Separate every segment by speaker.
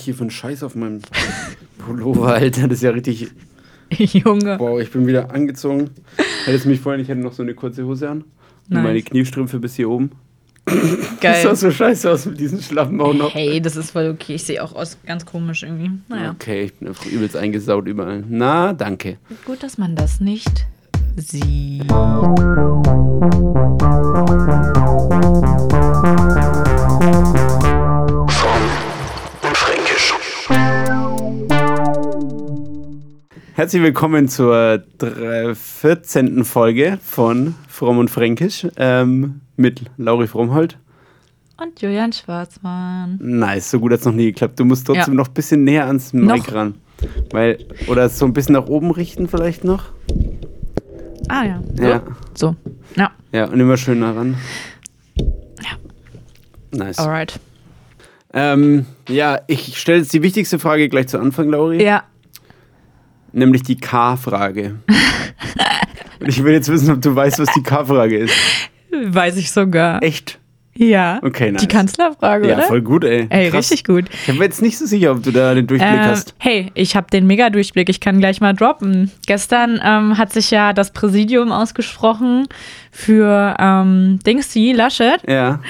Speaker 1: hier für einen Scheiß auf meinem Pullover, Alter? Das ist ja richtig.
Speaker 2: Junge.
Speaker 1: Wow, ich bin wieder angezogen. Hättest du mich vorhin, ich hätte noch so eine kurze Hose an. Und
Speaker 2: Nice.
Speaker 1: meine Kniestrümpfe bis hier oben. Das sah
Speaker 2: Geil.
Speaker 1: so scheiße aus mit diesen Schlappen auch noch.
Speaker 2: Hey, das ist voll okay. Ich sehe auch aus ganz komisch irgendwie. Naja.
Speaker 1: Okay, ich bin einfach übelst eingesaut überall. Na, danke.
Speaker 2: Gut, dass man das nicht sieht.
Speaker 1: Herzlich willkommen zur drei- 14. Folge von Fromm und Fränkisch ähm, mit Lauri Frommhold.
Speaker 2: Und Julian Schwarzmann.
Speaker 1: Nice, so gut hat es noch nie geklappt. Du musst trotzdem
Speaker 2: Ja.
Speaker 1: noch ein bisschen näher ans Mic
Speaker 2: Noch?
Speaker 1: ran. Weil, oder so ein bisschen nach oben richten vielleicht noch.
Speaker 2: Ah ja.
Speaker 1: Ja.
Speaker 2: So. Ja,
Speaker 1: Ja, und immer schön nah ran.
Speaker 2: Ja.
Speaker 1: Nice.
Speaker 2: alright.
Speaker 1: Ähm, ja, ich stelle jetzt die wichtigste Frage gleich zu Anfang, Lauri.
Speaker 2: Ja.
Speaker 1: Nämlich die K-Frage. und ich will jetzt wissen, ob du weißt, was die K-Frage ist.
Speaker 2: Weiß ich sogar.
Speaker 1: Echt?
Speaker 2: Ja.
Speaker 1: Okay, nice.
Speaker 2: Die Kanzlerfrage,
Speaker 1: Ja,
Speaker 2: oder?
Speaker 1: voll gut, ey.
Speaker 2: Ey,
Speaker 1: Krass.
Speaker 2: richtig gut.
Speaker 1: Ich bin mir jetzt nicht so sicher, ob du da den Durchblick
Speaker 2: Ähm,
Speaker 1: hast.
Speaker 2: Hey, ich habe den Mega-Durchblick, ich kann gleich mal droppen. Gestern ähm, hat sich ja das Präsidium ausgesprochen für ähm, Dingsy Laschet,
Speaker 1: Ja.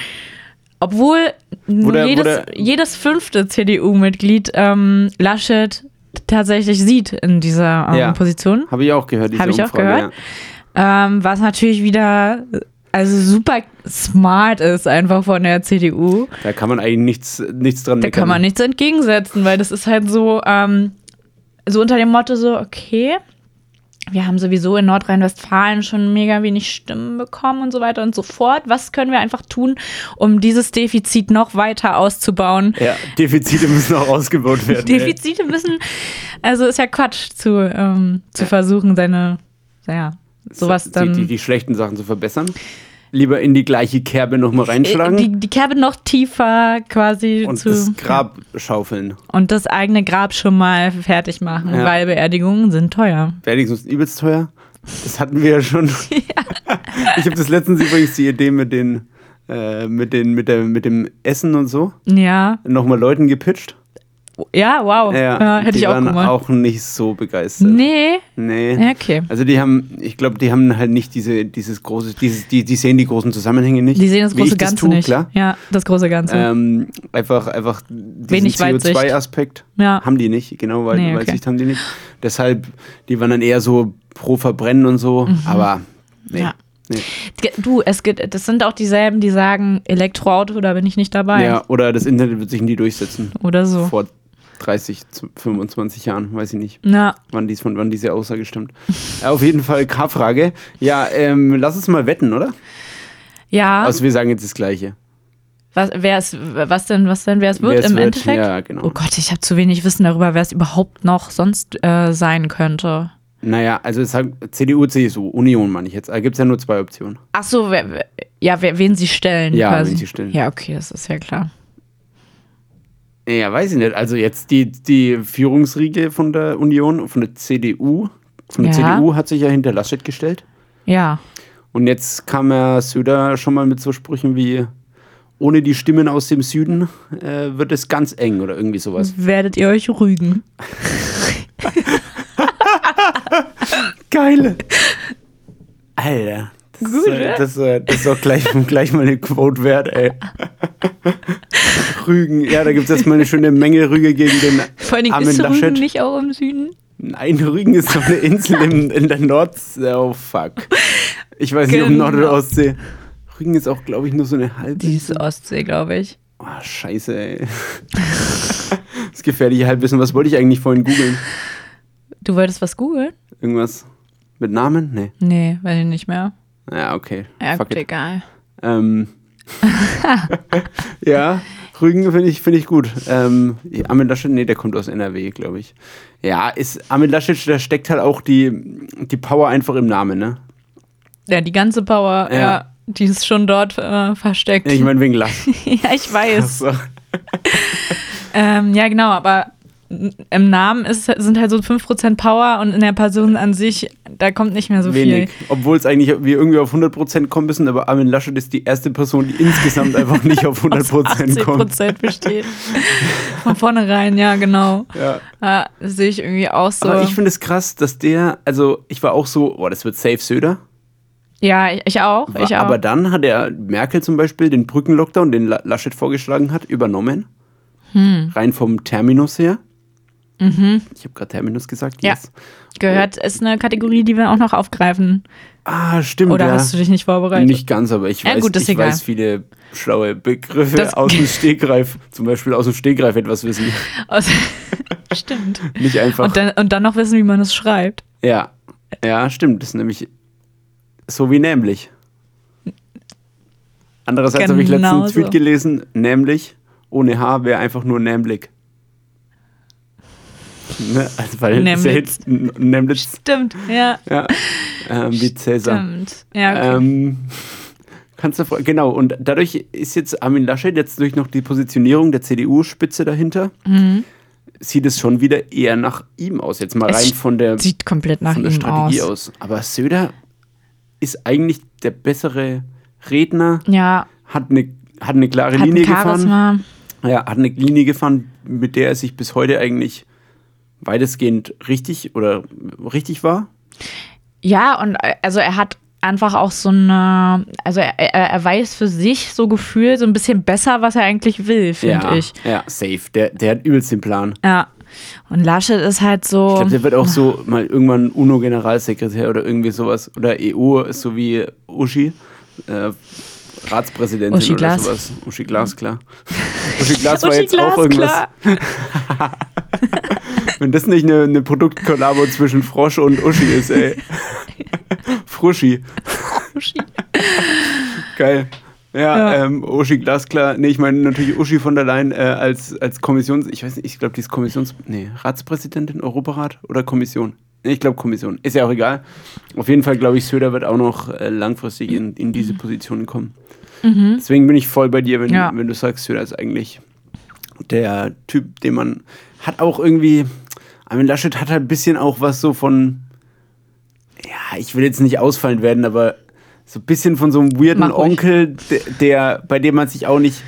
Speaker 2: obwohl nur
Speaker 1: Wurde-
Speaker 2: jedes,
Speaker 1: wurde-
Speaker 2: jedes fünfte CDU-Mitglied ähm, Laschet tatsächlich sieht in dieser ähm,
Speaker 1: Ja.
Speaker 2: Position.
Speaker 1: Habe ich auch gehört, diese
Speaker 2: Habe ich auch
Speaker 1: Umfrage.
Speaker 2: gehört. Ähm, was natürlich wieder also super smart ist einfach von der CDU.
Speaker 1: Ja. Da kann man eigentlich nichts, nichts dran
Speaker 2: Da kann man nichts entgegensetzen, weil das ist halt so, ähm, so unter dem Motto so, okay, wir haben sowieso in Nordrhein-Westfalen schon mega wenig Stimmen bekommen und so weiter und so fort. Was können wir einfach tun, um dieses Defizit noch weiter auszubauen?
Speaker 1: Ja, Defizite müssen auch ausgebaut werden. ey.
Speaker 2: Defizite müssen, also ist ja Quatsch, zu, ähm, zu versuchen, seine, ja, sowas dann...
Speaker 1: Die, die, die schlechten Sachen zu verbessern. Lieber in die gleiche Kerbe nochmal reinschlagen
Speaker 2: Äh, die, die Kerbe noch tiefer quasi
Speaker 1: und
Speaker 2: zu
Speaker 1: das Grab schaufeln.
Speaker 2: und das eigene Grab schon mal fertig machen,
Speaker 1: Ja.
Speaker 2: weil Beerdigungen sind teuer.
Speaker 1: Wäre sonst übelst teuer. Das hatten wir ja schon. Ich habe das letztens übrigens die Idee mit den, äh, mit den, mit der, mit dem Essen und so
Speaker 2: Ja,
Speaker 1: nochmal Leuten gepitcht.
Speaker 2: ja, wow. Ja, hätte
Speaker 1: die
Speaker 2: ich auch
Speaker 1: waren
Speaker 2: gemacht.
Speaker 1: auch nicht so begeistert.
Speaker 2: nee,
Speaker 1: Nee.
Speaker 2: Ja, okay.
Speaker 1: Also die haben, ich glaube, die haben halt nicht diese, dieses große, dieses, die, die sehen die großen Zusammenhänge nicht.
Speaker 2: die sehen das
Speaker 1: wie
Speaker 2: große
Speaker 1: ich
Speaker 2: Ganze
Speaker 1: das tue,
Speaker 2: nicht.
Speaker 1: Klar.
Speaker 2: Ja, das große Ganze.
Speaker 1: Ähm, einfach, einfach diesen
Speaker 2: Wenig Weitsicht.
Speaker 1: CO2-Aspekt
Speaker 2: Ja.
Speaker 1: haben die nicht, genau, weil
Speaker 2: Ah. Nee, okay.
Speaker 1: Weitsicht haben die nicht. Deshalb, die waren dann eher so pro Verbrennen und so, aber nee.
Speaker 2: Mhm. Ja.
Speaker 1: nee.
Speaker 2: Ge- Du, es gibt, das sind auch dieselben, die sagen, Elektroauto, da bin ich nicht dabei.
Speaker 1: Ja, oder das Internet wird sich nie durchsetzen.
Speaker 2: Oder so.
Speaker 1: Vor 30, zu 25 Jahren, weiß ich nicht.
Speaker 2: Na,
Speaker 1: Wann dies, von wann diese Aussage stimmt. Äh, Auf jeden Fall K-Frage. Ja, ähm, lass uns mal wetten, oder?
Speaker 2: ja,
Speaker 1: Also wir sagen jetzt das Gleiche.
Speaker 2: was, wer es, was denn, was denn, wer es wird
Speaker 1: Wer es
Speaker 2: im
Speaker 1: wird,
Speaker 2: Endeffekt?
Speaker 1: ja, genau.
Speaker 2: Oh Gott, ich habe zu wenig Wissen darüber, wer es überhaupt noch sonst äh, sein könnte.
Speaker 1: Naja, also es hat CDU, CSU, Union meine ich jetzt. Da gibt es ja nur zwei Optionen.
Speaker 2: Ach so, wer, wer- ja, wer, wen sie stellen
Speaker 1: Ja,
Speaker 2: quasi.
Speaker 1: wen sie stellen.
Speaker 2: Ja, okay, das ist ja klar.
Speaker 1: Ja, weiß ich nicht. Also jetzt die, die Führungsriege von der Union, von der CDU. Von der
Speaker 2: Ja.
Speaker 1: CDU hat sich ja hinter Laschet gestellt.
Speaker 2: Ja,
Speaker 1: Und jetzt kam ja Söder schon mal mit so Sprüchen wie ohne die Stimmen aus dem Süden äh, wird es ganz eng oder irgendwie sowas.
Speaker 2: werdet ihr euch rügen.
Speaker 1: Geil. Alter. Das, ist,
Speaker 2: Gut,
Speaker 1: äh,
Speaker 2: oder?
Speaker 1: das, äh, das ist auch gleich, gleich mal eine Quote wert, ey. Rügen. Ja, da gibt es erstmal eine schöne Menge Rüge gegen den
Speaker 2: Vor allen Dingen
Speaker 1: armen
Speaker 2: ist Rügen
Speaker 1: Laschet.
Speaker 2: nicht auch im Süden.
Speaker 1: Nein, Rügen ist so eine Insel in, in der Nordsee. Oh, fuck. Ich weiß nicht, ob
Speaker 2: Genau.
Speaker 1: Nord- oder Ostsee. Rügen ist auch, glaube ich, nur so eine halbe.
Speaker 2: Die ist Ostsee, glaube ich.
Speaker 1: Oh, scheiße, ey. das gefährliche Halbwissen. Was wollte ich eigentlich vorhin googeln?
Speaker 2: Du wolltest was googeln?
Speaker 1: Irgendwas mit Namen? Nee. Ah,
Speaker 2: Nee, weiß ich nicht mehr.
Speaker 1: Ja, okay.
Speaker 2: Ja,
Speaker 1: Fuck
Speaker 2: gut,
Speaker 1: it.
Speaker 2: egal.
Speaker 1: Ähm, ja, Rügen finde ich, finde ich gut. Ähm, Armin Laschet, nee, der kommt aus NRW, glaube ich. Ja, ist, Armin Laschet, da steckt halt auch die, die Power einfach im Namen, ne?
Speaker 2: Ja, die ganze Power,
Speaker 1: Ja.
Speaker 2: ja, die ist schon dort äh, versteckt.
Speaker 1: Ich meine wegen Laschet.
Speaker 2: ja, ich weiß.
Speaker 1: So.
Speaker 2: Ähm, ja, genau, aber im Namen ist, sind halt so 5% Power und in der Person an sich, da kommt nicht mehr so
Speaker 1: Wenig.
Speaker 2: viel.
Speaker 1: Obwohl es eigentlich wir irgendwie auf 100% kommen müssen, aber Armin Laschet ist die erste Person, die insgesamt einfach nicht auf 100% kommt.
Speaker 2: 80% besteht. Von vornherein, ja, genau.
Speaker 1: Ja.
Speaker 2: Ja, das sehe ich irgendwie auch so.
Speaker 1: Aber ich finde es krass, dass der, also ich war auch so, boah, das wird safe Söder.
Speaker 2: ja, ich, ich auch. Ich auch.
Speaker 1: Aber dann hat er Merkel zum Beispiel den Brückenlockdown, den La- Laschet vorgeschlagen hat, übernommen.
Speaker 2: Hm.
Speaker 1: Rein vom Terminus her. Ich habe gerade Terminus gesagt.
Speaker 2: Mhm. Ja.
Speaker 1: Yes.
Speaker 2: Gehört, ist eine Kategorie, die wir auch noch aufgreifen.
Speaker 1: Ah, stimmt.
Speaker 2: Oder
Speaker 1: ja.
Speaker 2: hast du dich nicht vorbereitet?
Speaker 1: Nicht ganz, aber ich
Speaker 2: Ja,
Speaker 1: weiß,
Speaker 2: gut, ist
Speaker 1: ich
Speaker 2: egal.
Speaker 1: weiß viele schlaue Begriffe
Speaker 2: Das-
Speaker 1: aus dem Stegreif, zum Beispiel aus dem Stegreif etwas wissen.
Speaker 2: Aus- Stimmt.
Speaker 1: Nicht einfach.
Speaker 2: Und dann, und dann noch wissen, wie man es schreibt.
Speaker 1: ja. ja, stimmt. Das ist nämlich so wie nämlich. Andererseits habe ich letztens einen
Speaker 2: Genauso.
Speaker 1: Tweet gelesen, nämlich ohne H wäre einfach nur nämlich. Ne? Also, weil
Speaker 2: Nämlitz.
Speaker 1: Nämlitz. Nämlitz,
Speaker 2: Stimmt, ja.
Speaker 1: ja. Ähm, wie Cäsar.
Speaker 2: Stimmt. Ja, okay.
Speaker 1: Ähm, kannst du fra- genau, und dadurch ist jetzt Armin Laschet jetzt durch noch die Positionierung der CDU-Spitze dahinter, sieht es schon wieder eher nach ihm aus. Jetzt mal
Speaker 2: Mhm. Es
Speaker 1: rein von der,
Speaker 2: Sieht komplett nach
Speaker 1: von der
Speaker 2: ihm
Speaker 1: Strategie
Speaker 2: aus.
Speaker 1: aus. Aber Söder ist eigentlich der bessere Redner,
Speaker 2: Ja,
Speaker 1: hat eine, hat eine klare
Speaker 2: hat ein
Speaker 1: Linie gefahren.
Speaker 2: Charisma.
Speaker 1: Ja, hat eine Linie gefahren, mit der er sich bis heute eigentlich weitestgehend richtig oder richtig war.
Speaker 2: Ja, und äh, also er hat einfach auch so eine, also er, er, er weiß für sich so Gefühl so ein bisschen besser, was er eigentlich will, finde
Speaker 1: ja,
Speaker 2: ich.
Speaker 1: ja, safe. Der, der hat übelst den Plan.
Speaker 2: Ja. Und Laschet ist halt so.
Speaker 1: Ich glaube, der wird auch so mal irgendwann UNO-Generalsekretär oder irgendwie sowas. Oder EU, ist so wie Uschi, äh, Ratspräsidentin
Speaker 2: Uschi
Speaker 1: oder
Speaker 2: Glas.
Speaker 1: sowas. Uschi Glas, klar. Uschi Glas war
Speaker 2: Uschi
Speaker 1: jetzt auch
Speaker 2: Glas,
Speaker 1: irgendwas.
Speaker 2: klar.
Speaker 1: Wenn das nicht eine, eine Produktkollabo zwischen Frosch und Uschi ist, ey. Fruschi,
Speaker 2: Uschi.
Speaker 1: geil. Ja,
Speaker 2: Ja.
Speaker 1: Ähm, Uschi Glasklar. Nee, ich meine natürlich Uschi von der Leyen äh, als, als Kommissions... Ich weiß nicht, ich glaube, die ist Kommissions... Nee, Ratspräsidentin, Europarat oder Kommission? Nee, Ich glaube Kommission. Ist ja auch egal. Auf jeden Fall glaube ich, Söder wird auch noch äh, langfristig in, in diese Positionen kommen. Deswegen bin ich voll bei dir, wenn,
Speaker 2: Ja.
Speaker 1: wenn du sagst, Söder ist eigentlich der Typ, den man hat auch irgendwie... Armin Laschet hat halt ein bisschen auch was so von... Ja, ich will jetzt nicht ausfallend werden, aber so ein bisschen von so einem weirden
Speaker 2: Mach ruhig.
Speaker 1: Onkel, de- der, bei dem man sich auch nicht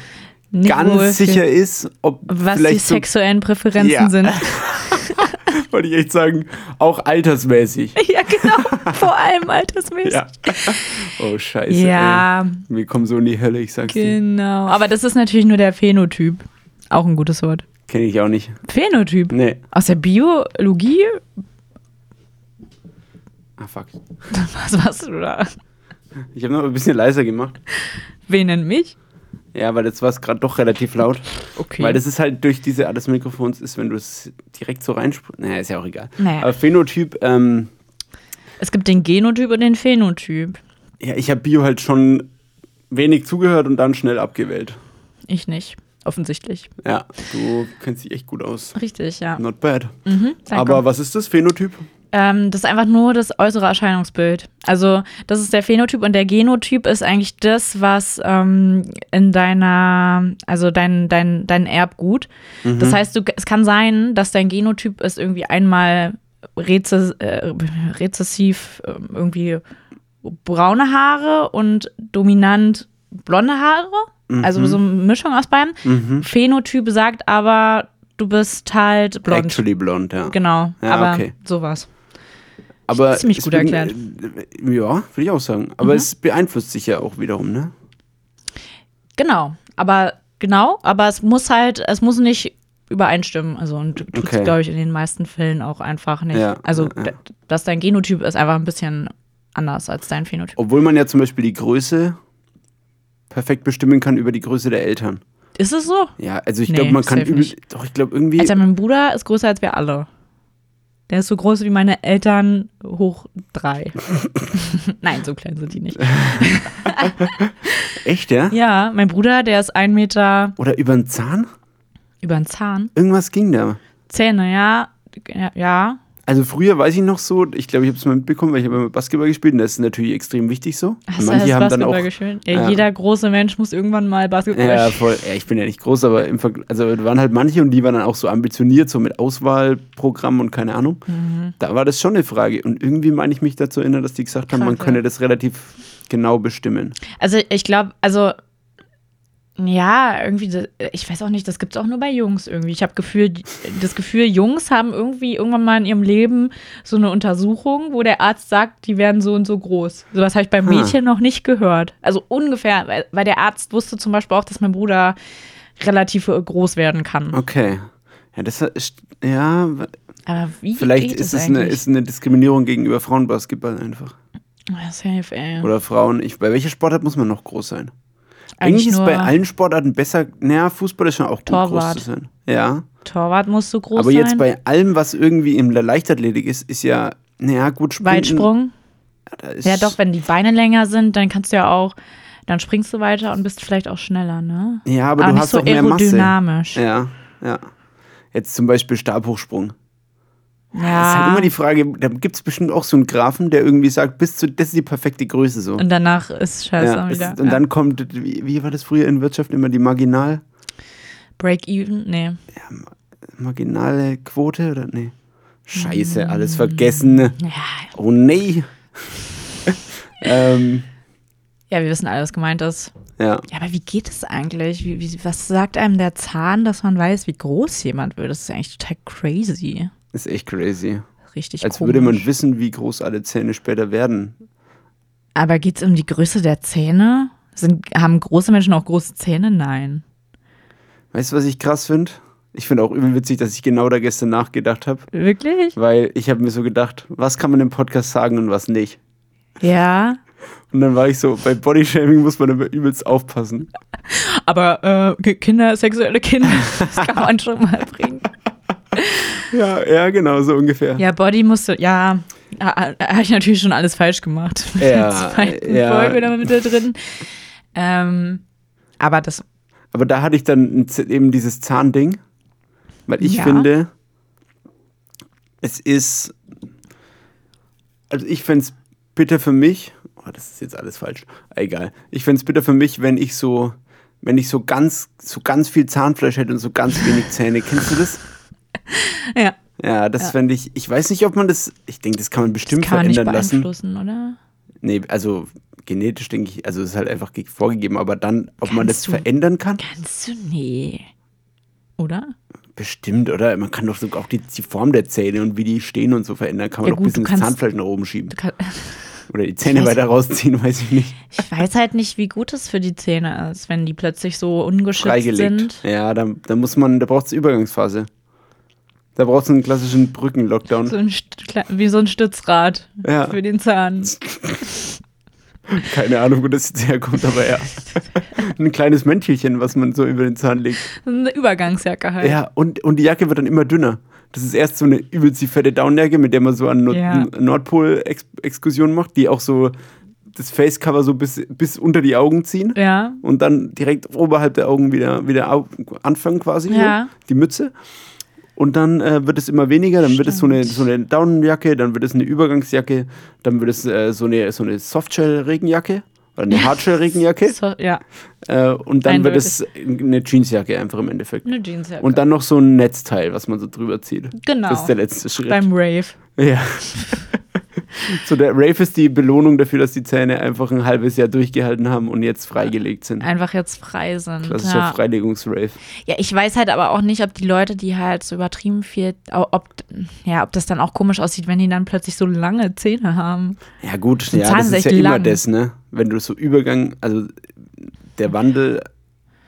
Speaker 2: Nicht
Speaker 1: ganz
Speaker 2: wohl-
Speaker 1: sicher ist, ob
Speaker 2: Was die
Speaker 1: vielleicht so,
Speaker 2: sexuellen Präferenzen
Speaker 1: Ja.
Speaker 2: sind.
Speaker 1: wollte ich echt sagen, auch altersmäßig.
Speaker 2: Ja, genau. Vor allem altersmäßig.
Speaker 1: Ja. eh Oh Scheiße.
Speaker 2: Ja.
Speaker 1: Ey. Wir kommen so in die Hölle, ich sag's dir.
Speaker 2: Genau. Aber das ist natürlich nur der Phänotyp. Auch ein gutes Wort.
Speaker 1: Kenne ich auch nicht.
Speaker 2: Phänotyp.
Speaker 1: Nee.
Speaker 2: Aus der Biologie?
Speaker 1: Ah fuck.
Speaker 2: Was warst du da?
Speaker 1: Ich habe noch ein bisschen leiser gemacht.
Speaker 2: Wen nennt mich?
Speaker 1: Ja, weil jetzt war es gerade doch relativ laut.
Speaker 2: Okay.
Speaker 1: Weil das ist halt durch diese Art des Mikrofons ist, wenn du es direkt so reinsprichst. Naja, ist ja auch egal.
Speaker 2: Naja.
Speaker 1: Aber Phänotyp, ähm,
Speaker 2: es gibt den Genotyp und den Phänotyp.
Speaker 1: Ja, ich habe Bio halt schon wenig zugehört und dann schnell abgewählt.
Speaker 2: Ich nicht. Offensichtlich.
Speaker 1: Ja, du kennst dich echt gut aus.
Speaker 2: Richtig, ja.
Speaker 1: Not bad.
Speaker 2: Mhm, danke.
Speaker 1: Ne? Aber was ist das? Phänotyp?
Speaker 2: Ähm, das ist einfach nur das äußere Erscheinungsbild. Also das ist der Phänotyp und der Genotyp ist eigentlich das, was ähm, in deiner, also dein, dein, dein Erbgut.
Speaker 1: Mhm.
Speaker 2: Das heißt, du, es kann sein, dass dein Genotyp ist irgendwie einmal rezess, äh, rezessiv äh, irgendwie braune Haare und dominant blonde Haare.
Speaker 1: Mhm.
Speaker 2: Also so eine Mischung aus beiden. Phänotyp sagt aber, du bist halt blond.
Speaker 1: Actually blond, ja.
Speaker 2: Genau,
Speaker 1: Ja,
Speaker 2: aber
Speaker 1: okay.
Speaker 2: sowas.
Speaker 1: Aber
Speaker 2: ziemlich
Speaker 1: es
Speaker 2: gut
Speaker 1: bin- äh,
Speaker 2: erklärt. Mhm.
Speaker 1: Ja, würde ich auch sagen. Aber es beeinflusst sich ja auch wiederum, ne?
Speaker 2: Genau, aber genau, aber es muss halt, es muss nicht übereinstimmen. Also und tut
Speaker 1: Okay.
Speaker 2: glaube ich, in den meisten Fällen auch einfach nicht.
Speaker 1: Ja,
Speaker 2: also,
Speaker 1: ja, ja.
Speaker 2: d- dass dein Genotyp ist einfach ein bisschen anders als dein Phänotyp.
Speaker 1: Obwohl man ja zum Beispiel die Größe perfekt bestimmen kann über die Größe der Eltern.
Speaker 2: Ist es so?
Speaker 1: Ja, also ich
Speaker 2: Nee,
Speaker 1: glaube, man kann
Speaker 2: safe
Speaker 1: übel.
Speaker 2: nicht.
Speaker 1: Doch, ich glaube irgendwie.
Speaker 2: Also mein Bruder ist größer als wir alle. Der ist so groß wie meine Eltern hoch drei. Nein, so klein sind die nicht.
Speaker 1: echt, ja?
Speaker 2: Ja, mein Bruder, der ist ein Meter
Speaker 1: Oder über den Zahn?
Speaker 2: über den Zahn.
Speaker 1: Irgendwas ging da.
Speaker 2: Zähne, ja. Ja, ja.
Speaker 1: Also früher weiß ich noch so, ich glaube, ich habe es mal mitbekommen, weil ich habe immer Basketball gespielt und das ist natürlich extrem wichtig so.
Speaker 2: Hast du alles Basketball gespielt? Ja,
Speaker 1: Ja.
Speaker 2: Jeder große Mensch muss irgendwann mal Basketball
Speaker 1: Ja,
Speaker 2: spielen.
Speaker 1: voll. Ja, ich bin ja nicht groß, aber im Vergl- also da waren halt manche und die waren dann auch so ambitioniert, so mit Auswahlprogrammen und keine Ahnung.
Speaker 2: Mhm.
Speaker 1: Da war das schon eine Frage. Und irgendwie meine ich mich dazu erinnern, dass die gesagt haben,
Speaker 2: Krass,
Speaker 1: man
Speaker 2: ja.
Speaker 1: könne das relativ genau bestimmen.
Speaker 2: Also ich glaube, also ja, irgendwie, das- ich weiß auch nicht, das gibt es auch nur bei Jungs irgendwie. Ich habe Gefühl, das Gefühl, Jungs haben irgendwie irgendwann mal in ihrem Leben so eine Untersuchung, wo der Arzt sagt, die werden so und so groß. Sowas habe ich bei
Speaker 1: Hm.
Speaker 2: Mädchen noch nicht gehört. Also ungefähr, weil, weil der Arzt wusste zum Beispiel auch, dass mein Bruder relativ äh, groß werden kann.
Speaker 1: Okay. Ja, das ist, ja,
Speaker 2: Aber wie
Speaker 1: vielleicht
Speaker 2: geht
Speaker 1: ist
Speaker 2: das
Speaker 1: es eine,
Speaker 2: eigentlich?
Speaker 1: ist eine Diskriminierung gegenüber Frauenbasketball einfach.
Speaker 2: Ah, Safe, ey.
Speaker 1: Oder Frauen. Ich, bei welcher Sportart muss man noch groß sein?
Speaker 2: Eigentlich
Speaker 1: Eigentlich ist
Speaker 2: nur
Speaker 1: bei allen Sportarten besser. Naja, Fußball ist schon auch gut
Speaker 2: Torwart.
Speaker 1: groß zu sein. Ja.
Speaker 2: Torwart musst du groß
Speaker 1: Aber
Speaker 2: sein.
Speaker 1: jetzt bei allem, was irgendwie in der Leichtathletik ist, ist ja, naja, gut, Sprinten,
Speaker 2: Weitsprung.
Speaker 1: da Ist,
Speaker 2: Ja, doch, wenn die Beine länger sind, dann kannst du ja auch, dann springst du weiter und bist vielleicht auch schneller, ne?
Speaker 1: Ja, aber,
Speaker 2: Aber
Speaker 1: du
Speaker 2: nicht
Speaker 1: hast
Speaker 2: so
Speaker 1: auch mehr Masse.
Speaker 2: aerodynamisch.
Speaker 1: Ja, ja. Jetzt zum Beispiel Stabhochsprung. Das ist
Speaker 2: Ja.
Speaker 1: halt immer die Frage, da gibt es bestimmt auch so einen Grafen, der irgendwie sagt, bis zu, das ist die perfekte Größe so.
Speaker 2: und danach ist scheiße
Speaker 1: ja, es,
Speaker 2: wieder.
Speaker 1: und dann kommt, wie, wie war das früher in Wirtschaft immer, die Marginal,
Speaker 2: ja. Break even? Nee.
Speaker 1: marginale Quote oder? Nee. Scheiße, alles vergessen.
Speaker 2: Ja,
Speaker 1: Oh nee. ähm,
Speaker 2: ja, wir wissen alle, was gemeint ist.
Speaker 1: ja.
Speaker 2: Ja, aber wie geht es eigentlich? Wie, wie, was sagt einem der Zahn, dass man weiß, wie groß jemand wird? Das ist eigentlich total crazy.
Speaker 1: Ist echt crazy.
Speaker 2: Richtig
Speaker 1: Als
Speaker 2: komisch.
Speaker 1: würde man wissen, wie groß alle Zähne später werden.
Speaker 2: aber geht es um die Größe der Zähne? Sind, haben große Menschen auch große Zähne? Nein.
Speaker 1: Weißt du, was ich krass finde? Ich finde auch übel witzig, dass ich genau da gestern nachgedacht habe,
Speaker 2: Wirklich?
Speaker 1: weil ich habe mir so gedacht, was kann man im Podcast sagen und was nicht.
Speaker 2: Ja.
Speaker 1: Und dann war ich so, bei Bodyshaming muss man immer übelst aufpassen.
Speaker 2: Aber äh, Ki- Kinder, sexuelle Kinder, das kann man schon mal bringen.
Speaker 1: Ja, ja, genau, so ungefähr.
Speaker 2: Ja, Body musste, ja, ha- ha- habe ich natürlich schon alles falsch gemacht. Mit
Speaker 1: Ja,
Speaker 2: der zweiten
Speaker 1: ja.
Speaker 2: Folge da mit da drin. Ähm, aber das,
Speaker 1: Aber da hatte ich dann ein Z- eben dieses Zahnding, weil ich
Speaker 2: Ja.
Speaker 1: finde, es ist. Also, ich fände es bitter für mich. Oh, das ist jetzt alles falsch. Egal. Ich fände es bitter für mich, wenn ich so. Wenn ich so ganz, so ganz viel Zahnfleisch hätte und so ganz wenig Zähne. Kennst du das?
Speaker 2: ja,
Speaker 1: Ja, das fände ich. Ich weiß nicht, ob man das. Ich denke, das kann man
Speaker 2: das
Speaker 1: bestimmt
Speaker 2: kann man nicht
Speaker 1: verändern lassen.
Speaker 2: beeinflussen, oder?
Speaker 1: Nee, also genetisch denke ich, also es ist halt einfach ge- vorgegeben, aber dann, ob man das
Speaker 2: Kannst du-
Speaker 1: verändern kann?
Speaker 2: Kannst du, nee. Oder?
Speaker 1: Bestimmt, oder? Man kann doch sogar auch die, die Form der Zähne und wie die stehen und so verändern. Kann man
Speaker 2: Ja,
Speaker 1: doch
Speaker 2: gut,
Speaker 1: ein bisschen
Speaker 2: du
Speaker 1: das
Speaker 2: kannst-
Speaker 1: Zahnfleisch nach oben schieben.
Speaker 2: Du kann,
Speaker 1: Oder die Zähne
Speaker 2: Ich weiß-
Speaker 1: weiter rausziehen, weiß ich nicht.
Speaker 2: ich weiß halt nicht, wie gut es für die Zähne ist, wenn die plötzlich so ungeschützt
Speaker 1: Freigelegt.
Speaker 2: sind.
Speaker 1: Ja, da, da muss man, da braucht es Übergangsphase. Da braucht es einen klassischen Brücken-Lockdown.
Speaker 2: So ein, St- kle- wie so ein Stützrad
Speaker 1: Ja.
Speaker 2: für den Zahn.
Speaker 1: Keine Ahnung, wo das jetzt herkommt, aber ja. ein kleines Mäntelchen, was man so über den Zahn legt.
Speaker 2: Eine Übergangsjacke halt.
Speaker 1: Ja, und, und die Jacke wird dann immer dünner. Das ist erst so eine übelst die fette Downjacke, mit der man so an Nord
Speaker 2: Ja.
Speaker 1: Nordpol-Exkursion macht, die auch so das Facecover so bis, bis unter die Augen ziehen.
Speaker 2: Ja.
Speaker 1: und dann direkt oberhalb der Augen wieder, wieder au- anfangen quasi,
Speaker 2: Ja.
Speaker 1: so, die Mütze. Und dann äh, wird es immer weniger, dann wird es so eine, so eine Daunenjacke, dann wird es eine Übergangsjacke, dann wird es äh, so eine, so eine Softshell-Regenjacke oder eine Hardshell-Regenjacke
Speaker 2: So, ja.
Speaker 1: äh, und dann wird es eine Jeansjacke einfach im Endeffekt.
Speaker 2: Eine Jeansjacke.
Speaker 1: Und dann noch so ein Netzteil, was man so drüber zieht.
Speaker 2: Genau.
Speaker 1: Das ist der letzte Schritt.
Speaker 2: beim Rave.
Speaker 1: ja. so, der Rave ist die Belohnung dafür, dass die Zähne einfach ein halbes Jahr durchgehalten haben und jetzt freigelegt sind.
Speaker 2: Einfach jetzt frei sind.
Speaker 1: Klassischer
Speaker 2: Ja.
Speaker 1: Freilegungsrave.
Speaker 2: ja, ich weiß halt aber auch nicht, ob die Leute, die halt so übertrieben viel, au- ob, ja, ob das dann auch komisch aussieht, wenn die dann plötzlich so lange Zähne haben.
Speaker 1: Ja, gut,
Speaker 2: Ein
Speaker 1: ja,
Speaker 2: Zahn
Speaker 1: das
Speaker 2: ist
Speaker 1: ist ja
Speaker 2: echt
Speaker 1: immer
Speaker 2: lang.
Speaker 1: das, ne? Wenn du so Übergang, also der Wandel,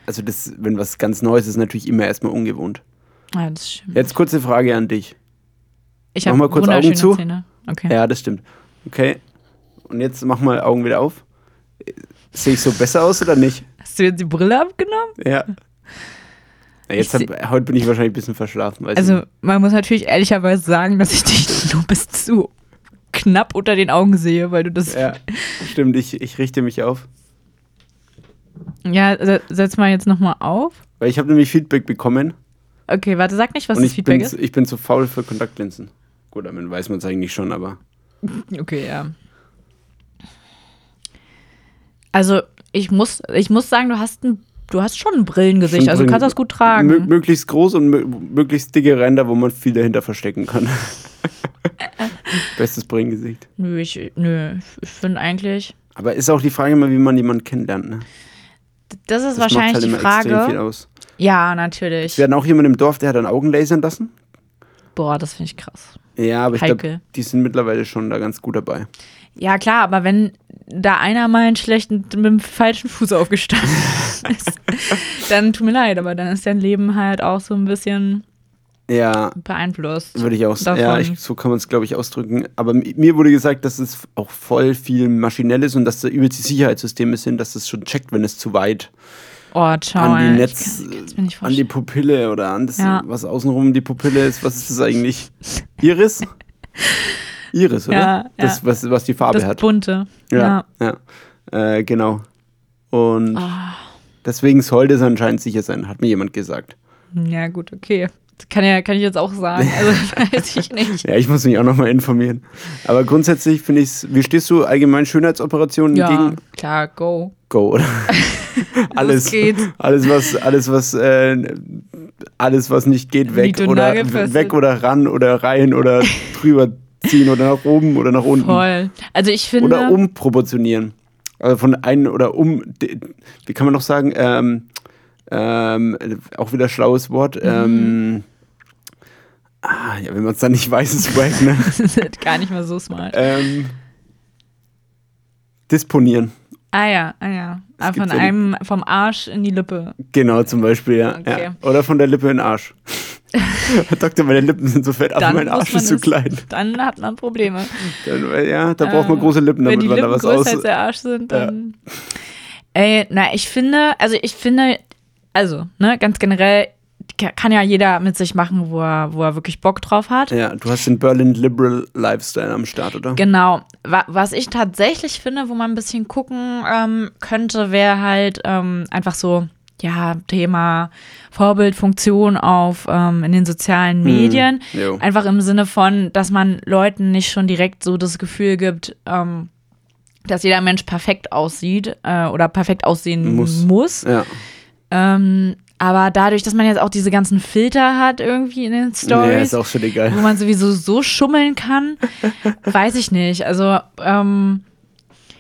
Speaker 1: also das, wenn was ganz Neues ist, natürlich immer erstmal ungewohnt.
Speaker 2: Ja, das stimmt.
Speaker 1: Jetzt kurze Frage an dich.
Speaker 2: Ich
Speaker 1: mach
Speaker 2: hab
Speaker 1: mal kurz Augen
Speaker 2: wunderschöne
Speaker 1: zu.
Speaker 2: Zähne. Okay.
Speaker 1: Ja, das stimmt. Okay. Und jetzt mach mal Augen wieder auf. Sehe ich so besser aus oder nicht?
Speaker 2: Hast du jetzt die Brille abgenommen?
Speaker 1: Ja. Na, jetzt
Speaker 2: Ich
Speaker 1: hab, heute bin ich wahrscheinlich ein bisschen verschlafen. Weiß ich
Speaker 2: Also, man muss natürlich ehrlicherweise sagen, dass ich dich nur bis zu knapp unter den Augen sehe, weil du das.
Speaker 1: nicht. Ja, stimmt, ich, ich richte mich auf.
Speaker 2: Ja, se- setz mal jetzt nochmal auf.
Speaker 1: Weil ich habe nämlich Feedback bekommen
Speaker 2: Okay, warte, sag nicht, was
Speaker 1: und
Speaker 2: das
Speaker 1: ich
Speaker 2: Feedback
Speaker 1: bin,
Speaker 2: ist.
Speaker 1: zu, ich bin zu faul für Kontaktlinsen. Gut, damit weiß man es eigentlich schon, aber.
Speaker 2: Okay, ja. Also, ich muss, ich muss sagen, du hast ein, du hast schon ein Brillengesicht,
Speaker 1: Schon
Speaker 2: also du
Speaker 1: Brillen-
Speaker 2: kannst das gut tragen.
Speaker 1: Mö möglichst groß und mö möglichst dicke Ränder, wo man viel dahinter verstecken kann. Bestes Brillengesicht.
Speaker 2: nö, ich, nö, ich finde eigentlich.
Speaker 1: Aber ist auch die Frage immer, wie man jemanden kennenlernt. Ne?
Speaker 2: Das ist
Speaker 1: macht halt
Speaker 2: wahrscheinlich die
Speaker 1: immer extrem viel
Speaker 2: Frage.
Speaker 1: aus.
Speaker 2: Ja, natürlich.
Speaker 1: Wir hatten auch jemanden im Dorf, der hat dann Augen lasern lassen.
Speaker 2: Boah, das finde ich krass.
Speaker 1: Ja, aber ich
Speaker 2: Heikel.
Speaker 1: glaube, die sind mittlerweile schon da ganz gut dabei.
Speaker 2: Ja, klar, aber wenn da einer mal einen schlechten, mit dem falschen Fuß aufgestanden ist, dann tut mir leid, aber dann ist dein Leben halt auch so ein bisschen
Speaker 1: Ja,
Speaker 2: beeinflusst.
Speaker 1: würde ich auch sagen.
Speaker 2: davon.
Speaker 1: Ja, ich, so kann man es, glaube ich, ausdrücken. Aber mi- mir wurde gesagt, dass es auch voll viel maschinell ist und dass da übelst die Sicherheitssysteme sind, dass es schon checkt, wenn es zu weit
Speaker 2: oh, ciao.
Speaker 1: an die
Speaker 2: ey.
Speaker 1: Netz,
Speaker 2: ich kann, kann's mir nicht
Speaker 1: an die
Speaker 2: vorstellen.
Speaker 1: Pupille oder an das,
Speaker 2: Ja.
Speaker 1: was außenrum die Pupille ist. Was ist das eigentlich? Iris? Iris, oder?
Speaker 2: Ja, ja.
Speaker 1: Das, was, was die Farbe
Speaker 2: das
Speaker 1: hat.
Speaker 2: Bunte.
Speaker 1: Ja, ja. Äh, genau. Und
Speaker 2: Ah.
Speaker 1: deswegen sollte es anscheinend sicher sein, hat mir jemand gesagt.
Speaker 2: ja. Ja, gut, okay. Das kann, ja, kann ich jetzt auch sagen. Also weiß ich nicht.
Speaker 1: Ja, ich muss mich auch nochmal informieren. Aber grundsätzlich finde ich es, wie stehst du allgemein Schönheitsoperationen
Speaker 2: Ja,
Speaker 1: gegen
Speaker 2: klar, go.
Speaker 1: Go, oder? alles,
Speaker 2: Was geht?
Speaker 1: alles, was, alles, was, äh, alles, was nicht geht, weg
Speaker 2: Nied und
Speaker 1: oder
Speaker 2: nagelfest.
Speaker 1: weg oder ran oder rein oder drüber ziehen oder nach oben oder nach unten.
Speaker 2: Voll. Also ich finde.
Speaker 1: Oder um. umproportionieren. Also von einem oder um, de- wie kann man noch sagen, ähm, ähm, auch wieder schlaues Wort.
Speaker 2: Mhm.
Speaker 1: Ähm, ah, ja, wenn man es dann nicht weiß, ist wack, ne?
Speaker 2: das ist halt gar nicht mehr so smart.
Speaker 1: ähm, disponieren.
Speaker 2: Ah ja, ah ja. Ah,
Speaker 1: gibt
Speaker 2: von
Speaker 1: so die-
Speaker 2: einem, vom Arsch in die Lippe.
Speaker 1: Genau, zum Beispiel, ja.
Speaker 2: Okay.
Speaker 1: ja. Oder von der Lippe in den Arsch. Herr Doktor, meine Lippen sind so fett, aber
Speaker 2: Dann
Speaker 1: mein
Speaker 2: muss
Speaker 1: Arsch
Speaker 2: man
Speaker 1: ist zu
Speaker 2: es-
Speaker 1: klein.
Speaker 2: Dann hat man Probleme.
Speaker 1: Dann, äh, ja, da braucht man
Speaker 2: Äh,
Speaker 1: große Lippen,
Speaker 2: Wenn
Speaker 1: damit
Speaker 2: die
Speaker 1: man
Speaker 2: Lippen
Speaker 1: da was
Speaker 2: größer
Speaker 1: aus.
Speaker 2: als der Arsch sind,
Speaker 1: Ja.
Speaker 2: dann. Ey, na, ich finde, also ich finde, also, ne, ganz generell ka- kann ja jeder mit sich machen, wo er, wo er wirklich Bock drauf hat.
Speaker 1: Ja, du hast den Berlin Liberal Lifestyle am Start, oder?
Speaker 2: Genau. Wa was ich tatsächlich finde, wo man ein bisschen gucken ähm, könnte, wäre halt ähm, einfach so, ja, Thema Vorbildfunktion auf ähm, in den sozialen Medien.
Speaker 1: Hm. jo.
Speaker 2: Einfach im Sinne von, dass man Leuten nicht schon direkt so das Gefühl gibt, ähm, dass jeder Mensch perfekt aussieht äh, oder perfekt aussehen muss.
Speaker 1: Muss. Ja.
Speaker 2: Ähm, aber dadurch, dass man jetzt auch diese ganzen Filter hat irgendwie in den Stories,
Speaker 1: Ja, ist auch schon egal.
Speaker 2: wo man sowieso so schummeln kann, weiß ich nicht. Also, ähm,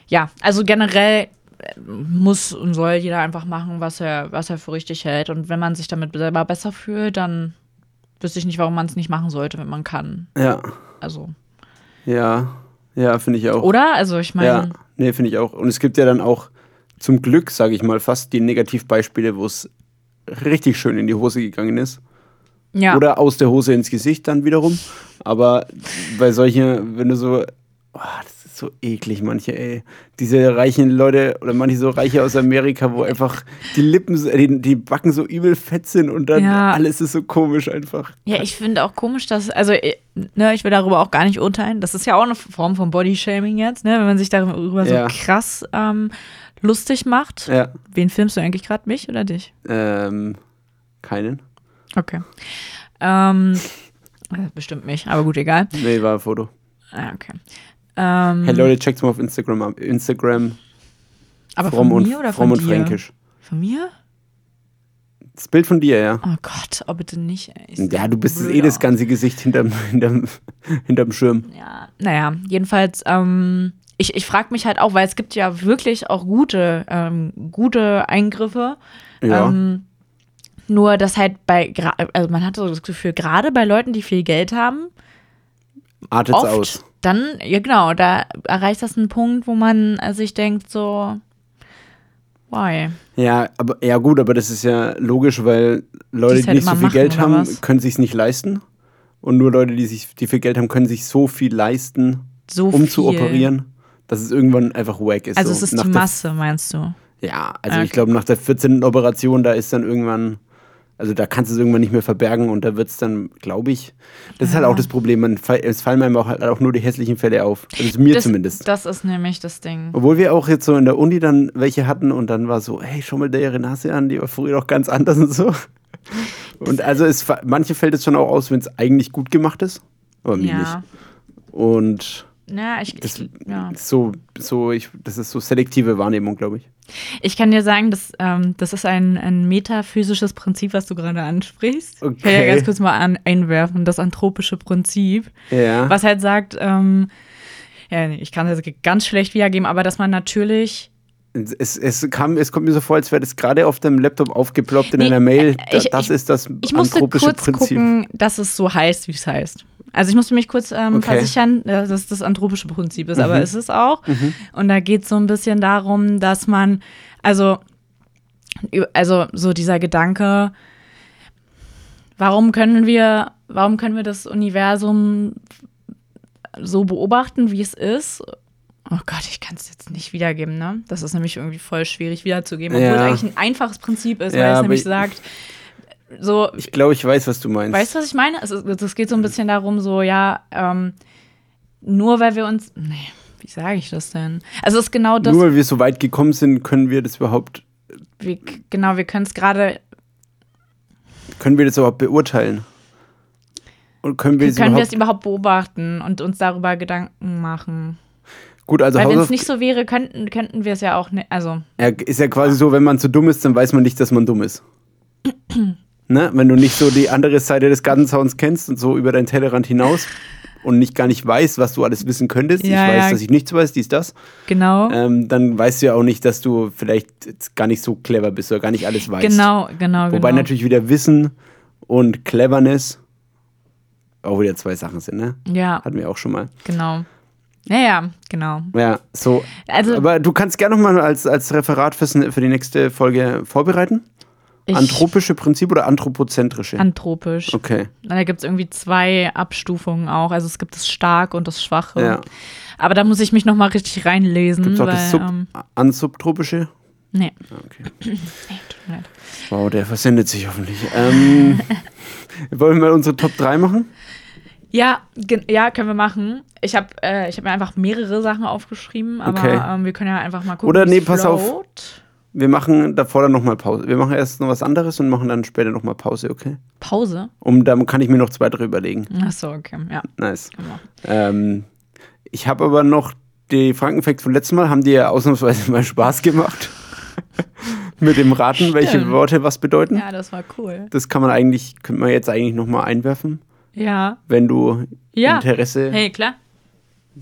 Speaker 2: ja, also generell äh, muss und soll jeder einfach machen, was er, was er für richtig hält. Und wenn man sich damit selber besser fühlt, dann wüsste ich nicht, warum man es nicht machen sollte, wenn man kann.
Speaker 1: Ja,
Speaker 2: Also,
Speaker 1: ja, ja, finde ich auch.
Speaker 2: oder? Also, ich meine,
Speaker 1: ja, nee, finde ich auch. Und es gibt ja dann auch zum Glück, sage ich mal, fast die Negativbeispiele, wo es richtig schön in die Hose gegangen ist.
Speaker 2: ja.
Speaker 1: Oder aus der Hose ins Gesicht dann wiederum. Aber bei solchen, wenn du so, oh, das ist so eklig, manche, ey. Diese reichen Leute oder manche so Reiche aus Amerika, wo einfach die Lippen, so- äh, die, die Backen so übel fett sind und dann
Speaker 2: Ja.
Speaker 1: alles ist so komisch einfach.
Speaker 2: Ja, ich finde auch komisch, dass, also, äh, ne, ich will darüber auch gar nicht urteilen. Das ist ja auch eine Form von Bodyshaming jetzt, ne, wenn man sich darüber
Speaker 1: Ja.
Speaker 2: so krass ähm, lustig macht.
Speaker 1: Ja,
Speaker 2: Wen filmst du eigentlich gerade, mich oder dich?
Speaker 1: ähm, keinen.
Speaker 2: Okay. Ähm, äh, bestimmt mich, aber gut, egal.
Speaker 1: Nee, war ein Foto.
Speaker 2: Ah, okay. Ähm,
Speaker 1: Hey Leute, checkt's mal auf Instagram ab. Instagram
Speaker 2: aber
Speaker 1: fromm
Speaker 2: von
Speaker 1: und,
Speaker 2: mir oder
Speaker 1: fromm
Speaker 2: von
Speaker 1: und
Speaker 2: dir?
Speaker 1: fränkisch.
Speaker 2: Von mir?
Speaker 1: Das Bild von dir, ja.
Speaker 2: Oh Gott, oh bitte nicht. Ey. Ist
Speaker 1: Ja, du bist
Speaker 2: blöd
Speaker 1: eh das
Speaker 2: aus.
Speaker 1: ganze Gesicht hinterm, hinterm, hinterm Schirm.
Speaker 2: Ja, naja, jedenfalls, ähm, ich, ich frage mich halt auch, weil es gibt ja wirklich auch gute, ähm, gute Eingriffe.
Speaker 1: Ja.
Speaker 2: Ähm, nur, dass halt bei, gra- also man hat so das Gefühl, gerade bei Leuten, die viel Geld haben,
Speaker 1: Artet's
Speaker 2: oft,
Speaker 1: aus.
Speaker 2: dann, ja genau, da erreicht das einen Punkt, wo man äh, sich denkt so, why?
Speaker 1: Ja, aber ja gut, aber das ist ja logisch, weil Leute,
Speaker 2: Die's
Speaker 1: die
Speaker 2: halt
Speaker 1: nicht so
Speaker 2: immer
Speaker 1: viel
Speaker 2: machen,
Speaker 1: Geld
Speaker 2: oder
Speaker 1: haben,
Speaker 2: was?
Speaker 1: können sich's nicht leisten. Und nur Leute, die sich, die viel Geld haben, können sich so viel leisten,
Speaker 2: So
Speaker 1: um
Speaker 2: viel.
Speaker 1: zu operieren, dass es irgendwann einfach wack ist.
Speaker 2: Also
Speaker 1: so
Speaker 2: es ist
Speaker 1: nach
Speaker 2: die
Speaker 1: der-
Speaker 2: Masse, meinst du?
Speaker 1: Ja, also
Speaker 2: Ah,
Speaker 1: ich
Speaker 2: okay.
Speaker 1: glaube, nach der 14. Operation, da ist dann irgendwann, also da kannst du es irgendwann nicht mehr verbergen und da wird es dann, glaube ich, das ist halt
Speaker 2: Ah.
Speaker 1: auch das Problem, man, fall- es fallen einem auch, halt auch nur die hässlichen Fälle auf. Also mir
Speaker 2: das,
Speaker 1: zumindest. Oh,
Speaker 2: Das ist nämlich das Ding.
Speaker 1: Obwohl wir auch jetzt so in der Uni dann welche hatten und dann war so, hey, schau mal der ihre Nase an, die war früher doch ganz anders und so. Und also es, fa- manche fällt es schon auch aus, wenn es eigentlich gut gemacht ist. aber mir
Speaker 2: Ja.
Speaker 1: nicht. Und
Speaker 2: Ja, ich,
Speaker 1: das,
Speaker 2: ich, ja.
Speaker 1: so, so, ich, das ist so selektive Wahrnehmung, glaube ich.
Speaker 2: ich kann dir sagen, das, ähm, das ist ein, ein metaphysisches Prinzip, was du gerade ansprichst. Ich kann ja
Speaker 1: Okay.
Speaker 2: ganz kurz mal an, einwerfen, das anthropische Prinzip.
Speaker 1: Ja.
Speaker 2: Was halt sagt, ähm, ja, nee, ich kann das ganz schlecht wiedergeben, aber dass man natürlich
Speaker 1: Es, es, kam, es kommt mir so vor, als wäre das gerade auf dem Laptop aufgeploppt in
Speaker 2: Nee,
Speaker 1: einer Mail.
Speaker 2: äh, ich-
Speaker 1: Da- das
Speaker 2: ich-
Speaker 1: ist das
Speaker 2: Ich musste
Speaker 1: anthropische
Speaker 2: kurz
Speaker 1: Prinzip.
Speaker 2: gucken, dass es so heißt, wie es heißt. Also ich musste mich kurz ähm,
Speaker 1: Okay. Mhm.
Speaker 2: versichern, dass es das anthropische Prinzip ist, aber es ist auch. Und da geht es so ein bisschen darum, dass man, also, ü- also so dieser Gedanke, warum können wir, warum können wir das Universum so beobachten, wie es ist? Oh Gott, ich kann es jetzt nicht wiedergeben, ne? Das ist nämlich irgendwie voll schwierig wiederzugeben, obwohl
Speaker 1: Ja.
Speaker 2: es eigentlich ein einfaches Prinzip ist,
Speaker 1: Ja,
Speaker 2: weil es
Speaker 1: aber
Speaker 2: nämlich
Speaker 1: ich-
Speaker 2: sagt, so,
Speaker 1: Ich glaube, ich weiß, was du meinst.
Speaker 2: Weißt du, was ich meine? Es, ist, es geht so ein bisschen darum, so, ja, ähm, nur weil wir uns. Nee, wie sage ich das denn? Also, es ist genau das.
Speaker 1: Nur weil wir so weit gekommen sind, können wir das überhaupt,
Speaker 2: wir, genau, wir können es gerade.
Speaker 1: können wir das überhaupt beurteilen? Und können wir das
Speaker 2: Können wir es
Speaker 1: überhaupt,
Speaker 2: überhaupt beobachten und uns darüber Gedanken machen?
Speaker 1: gut, also
Speaker 2: Weil, wenn
Speaker 1: Hausauf
Speaker 2: es nicht so wäre, könnten, könnten wir es ja auch. Ne, also,
Speaker 1: ja, ist ja quasi so, wenn man zu dumm ist, dann weiß man nicht, dass man dumm ist. ne? Wenn du nicht so die andere Seite des Gartenzauns kennst und so über deinen Tellerrand hinaus und nicht gar nicht weißt, was du alles wissen könntest,
Speaker 2: Ja,
Speaker 1: ich weiß,
Speaker 2: ja.
Speaker 1: dass ich nichts weiß, dies, das,
Speaker 2: genau.
Speaker 1: ähm, dann weißt du ja auch nicht, dass du vielleicht jetzt gar nicht so clever bist oder gar nicht alles weißt.
Speaker 2: genau, genau,
Speaker 1: Wobei
Speaker 2: genau.
Speaker 1: natürlich wieder Wissen und Cleverness auch wieder zwei Sachen sind, ne?
Speaker 2: Ja,
Speaker 1: Hatten wir auch schon mal.
Speaker 2: genau. Ja, ja, genau.
Speaker 1: Ja, so.
Speaker 2: Also-
Speaker 1: aber du kannst gerne nochmal als, als Referat für's, ne, für die nächste Folge vorbereiten.
Speaker 2: Ich,
Speaker 1: Anthropische Prinzip oder anthropozentrische?
Speaker 2: Anthropisch.
Speaker 1: okay.
Speaker 2: Und Da gibt es irgendwie zwei Abstufungen auch. Also es gibt das Stark und das Schwache.
Speaker 1: Ja.
Speaker 2: Aber da muss ich mich nochmal richtig reinlesen.
Speaker 1: Gibt's auch
Speaker 2: weil,
Speaker 1: das Sub
Speaker 2: ähm,
Speaker 1: ansubtropische?
Speaker 2: nee.
Speaker 1: Ja, Okay.
Speaker 2: nee, tut mir leid.
Speaker 1: Wow, der versendet sich hoffentlich. Ähm, wollen wir mal unsere Top 3 machen?
Speaker 2: Ja, gen- ja, können wir machen. Ich habe äh, ich hab mir einfach mehrere Sachen aufgeschrieben, aber
Speaker 1: Okay.
Speaker 2: ähm, wir können ja einfach mal gucken.
Speaker 1: Oder nee,
Speaker 2: wie's
Speaker 1: pass auf.
Speaker 2: float.
Speaker 1: Wir machen davor dann nochmal Pause. Wir machen erst noch was anderes und machen dann später nochmal Pause, okay?
Speaker 2: Pause.
Speaker 1: Um, dann kann ich mir noch zwei, drei überlegen.
Speaker 2: Achso, okay. Ja.
Speaker 1: Nice.
Speaker 2: können wir.
Speaker 1: Ähm, ich habe aber noch die Frankenfacts vom letzten Mal, haben dir ja ausnahmsweise mal Spaß gemacht. Mit dem Raten, welche
Speaker 2: Stimmt.
Speaker 1: Worte was bedeuten.
Speaker 2: ja, das war cool.
Speaker 1: Das kann man eigentlich, könnte man jetzt eigentlich nochmal einwerfen,
Speaker 2: Ja.
Speaker 1: wenn du
Speaker 2: Ja.
Speaker 1: Interesse
Speaker 2: Hey, klar.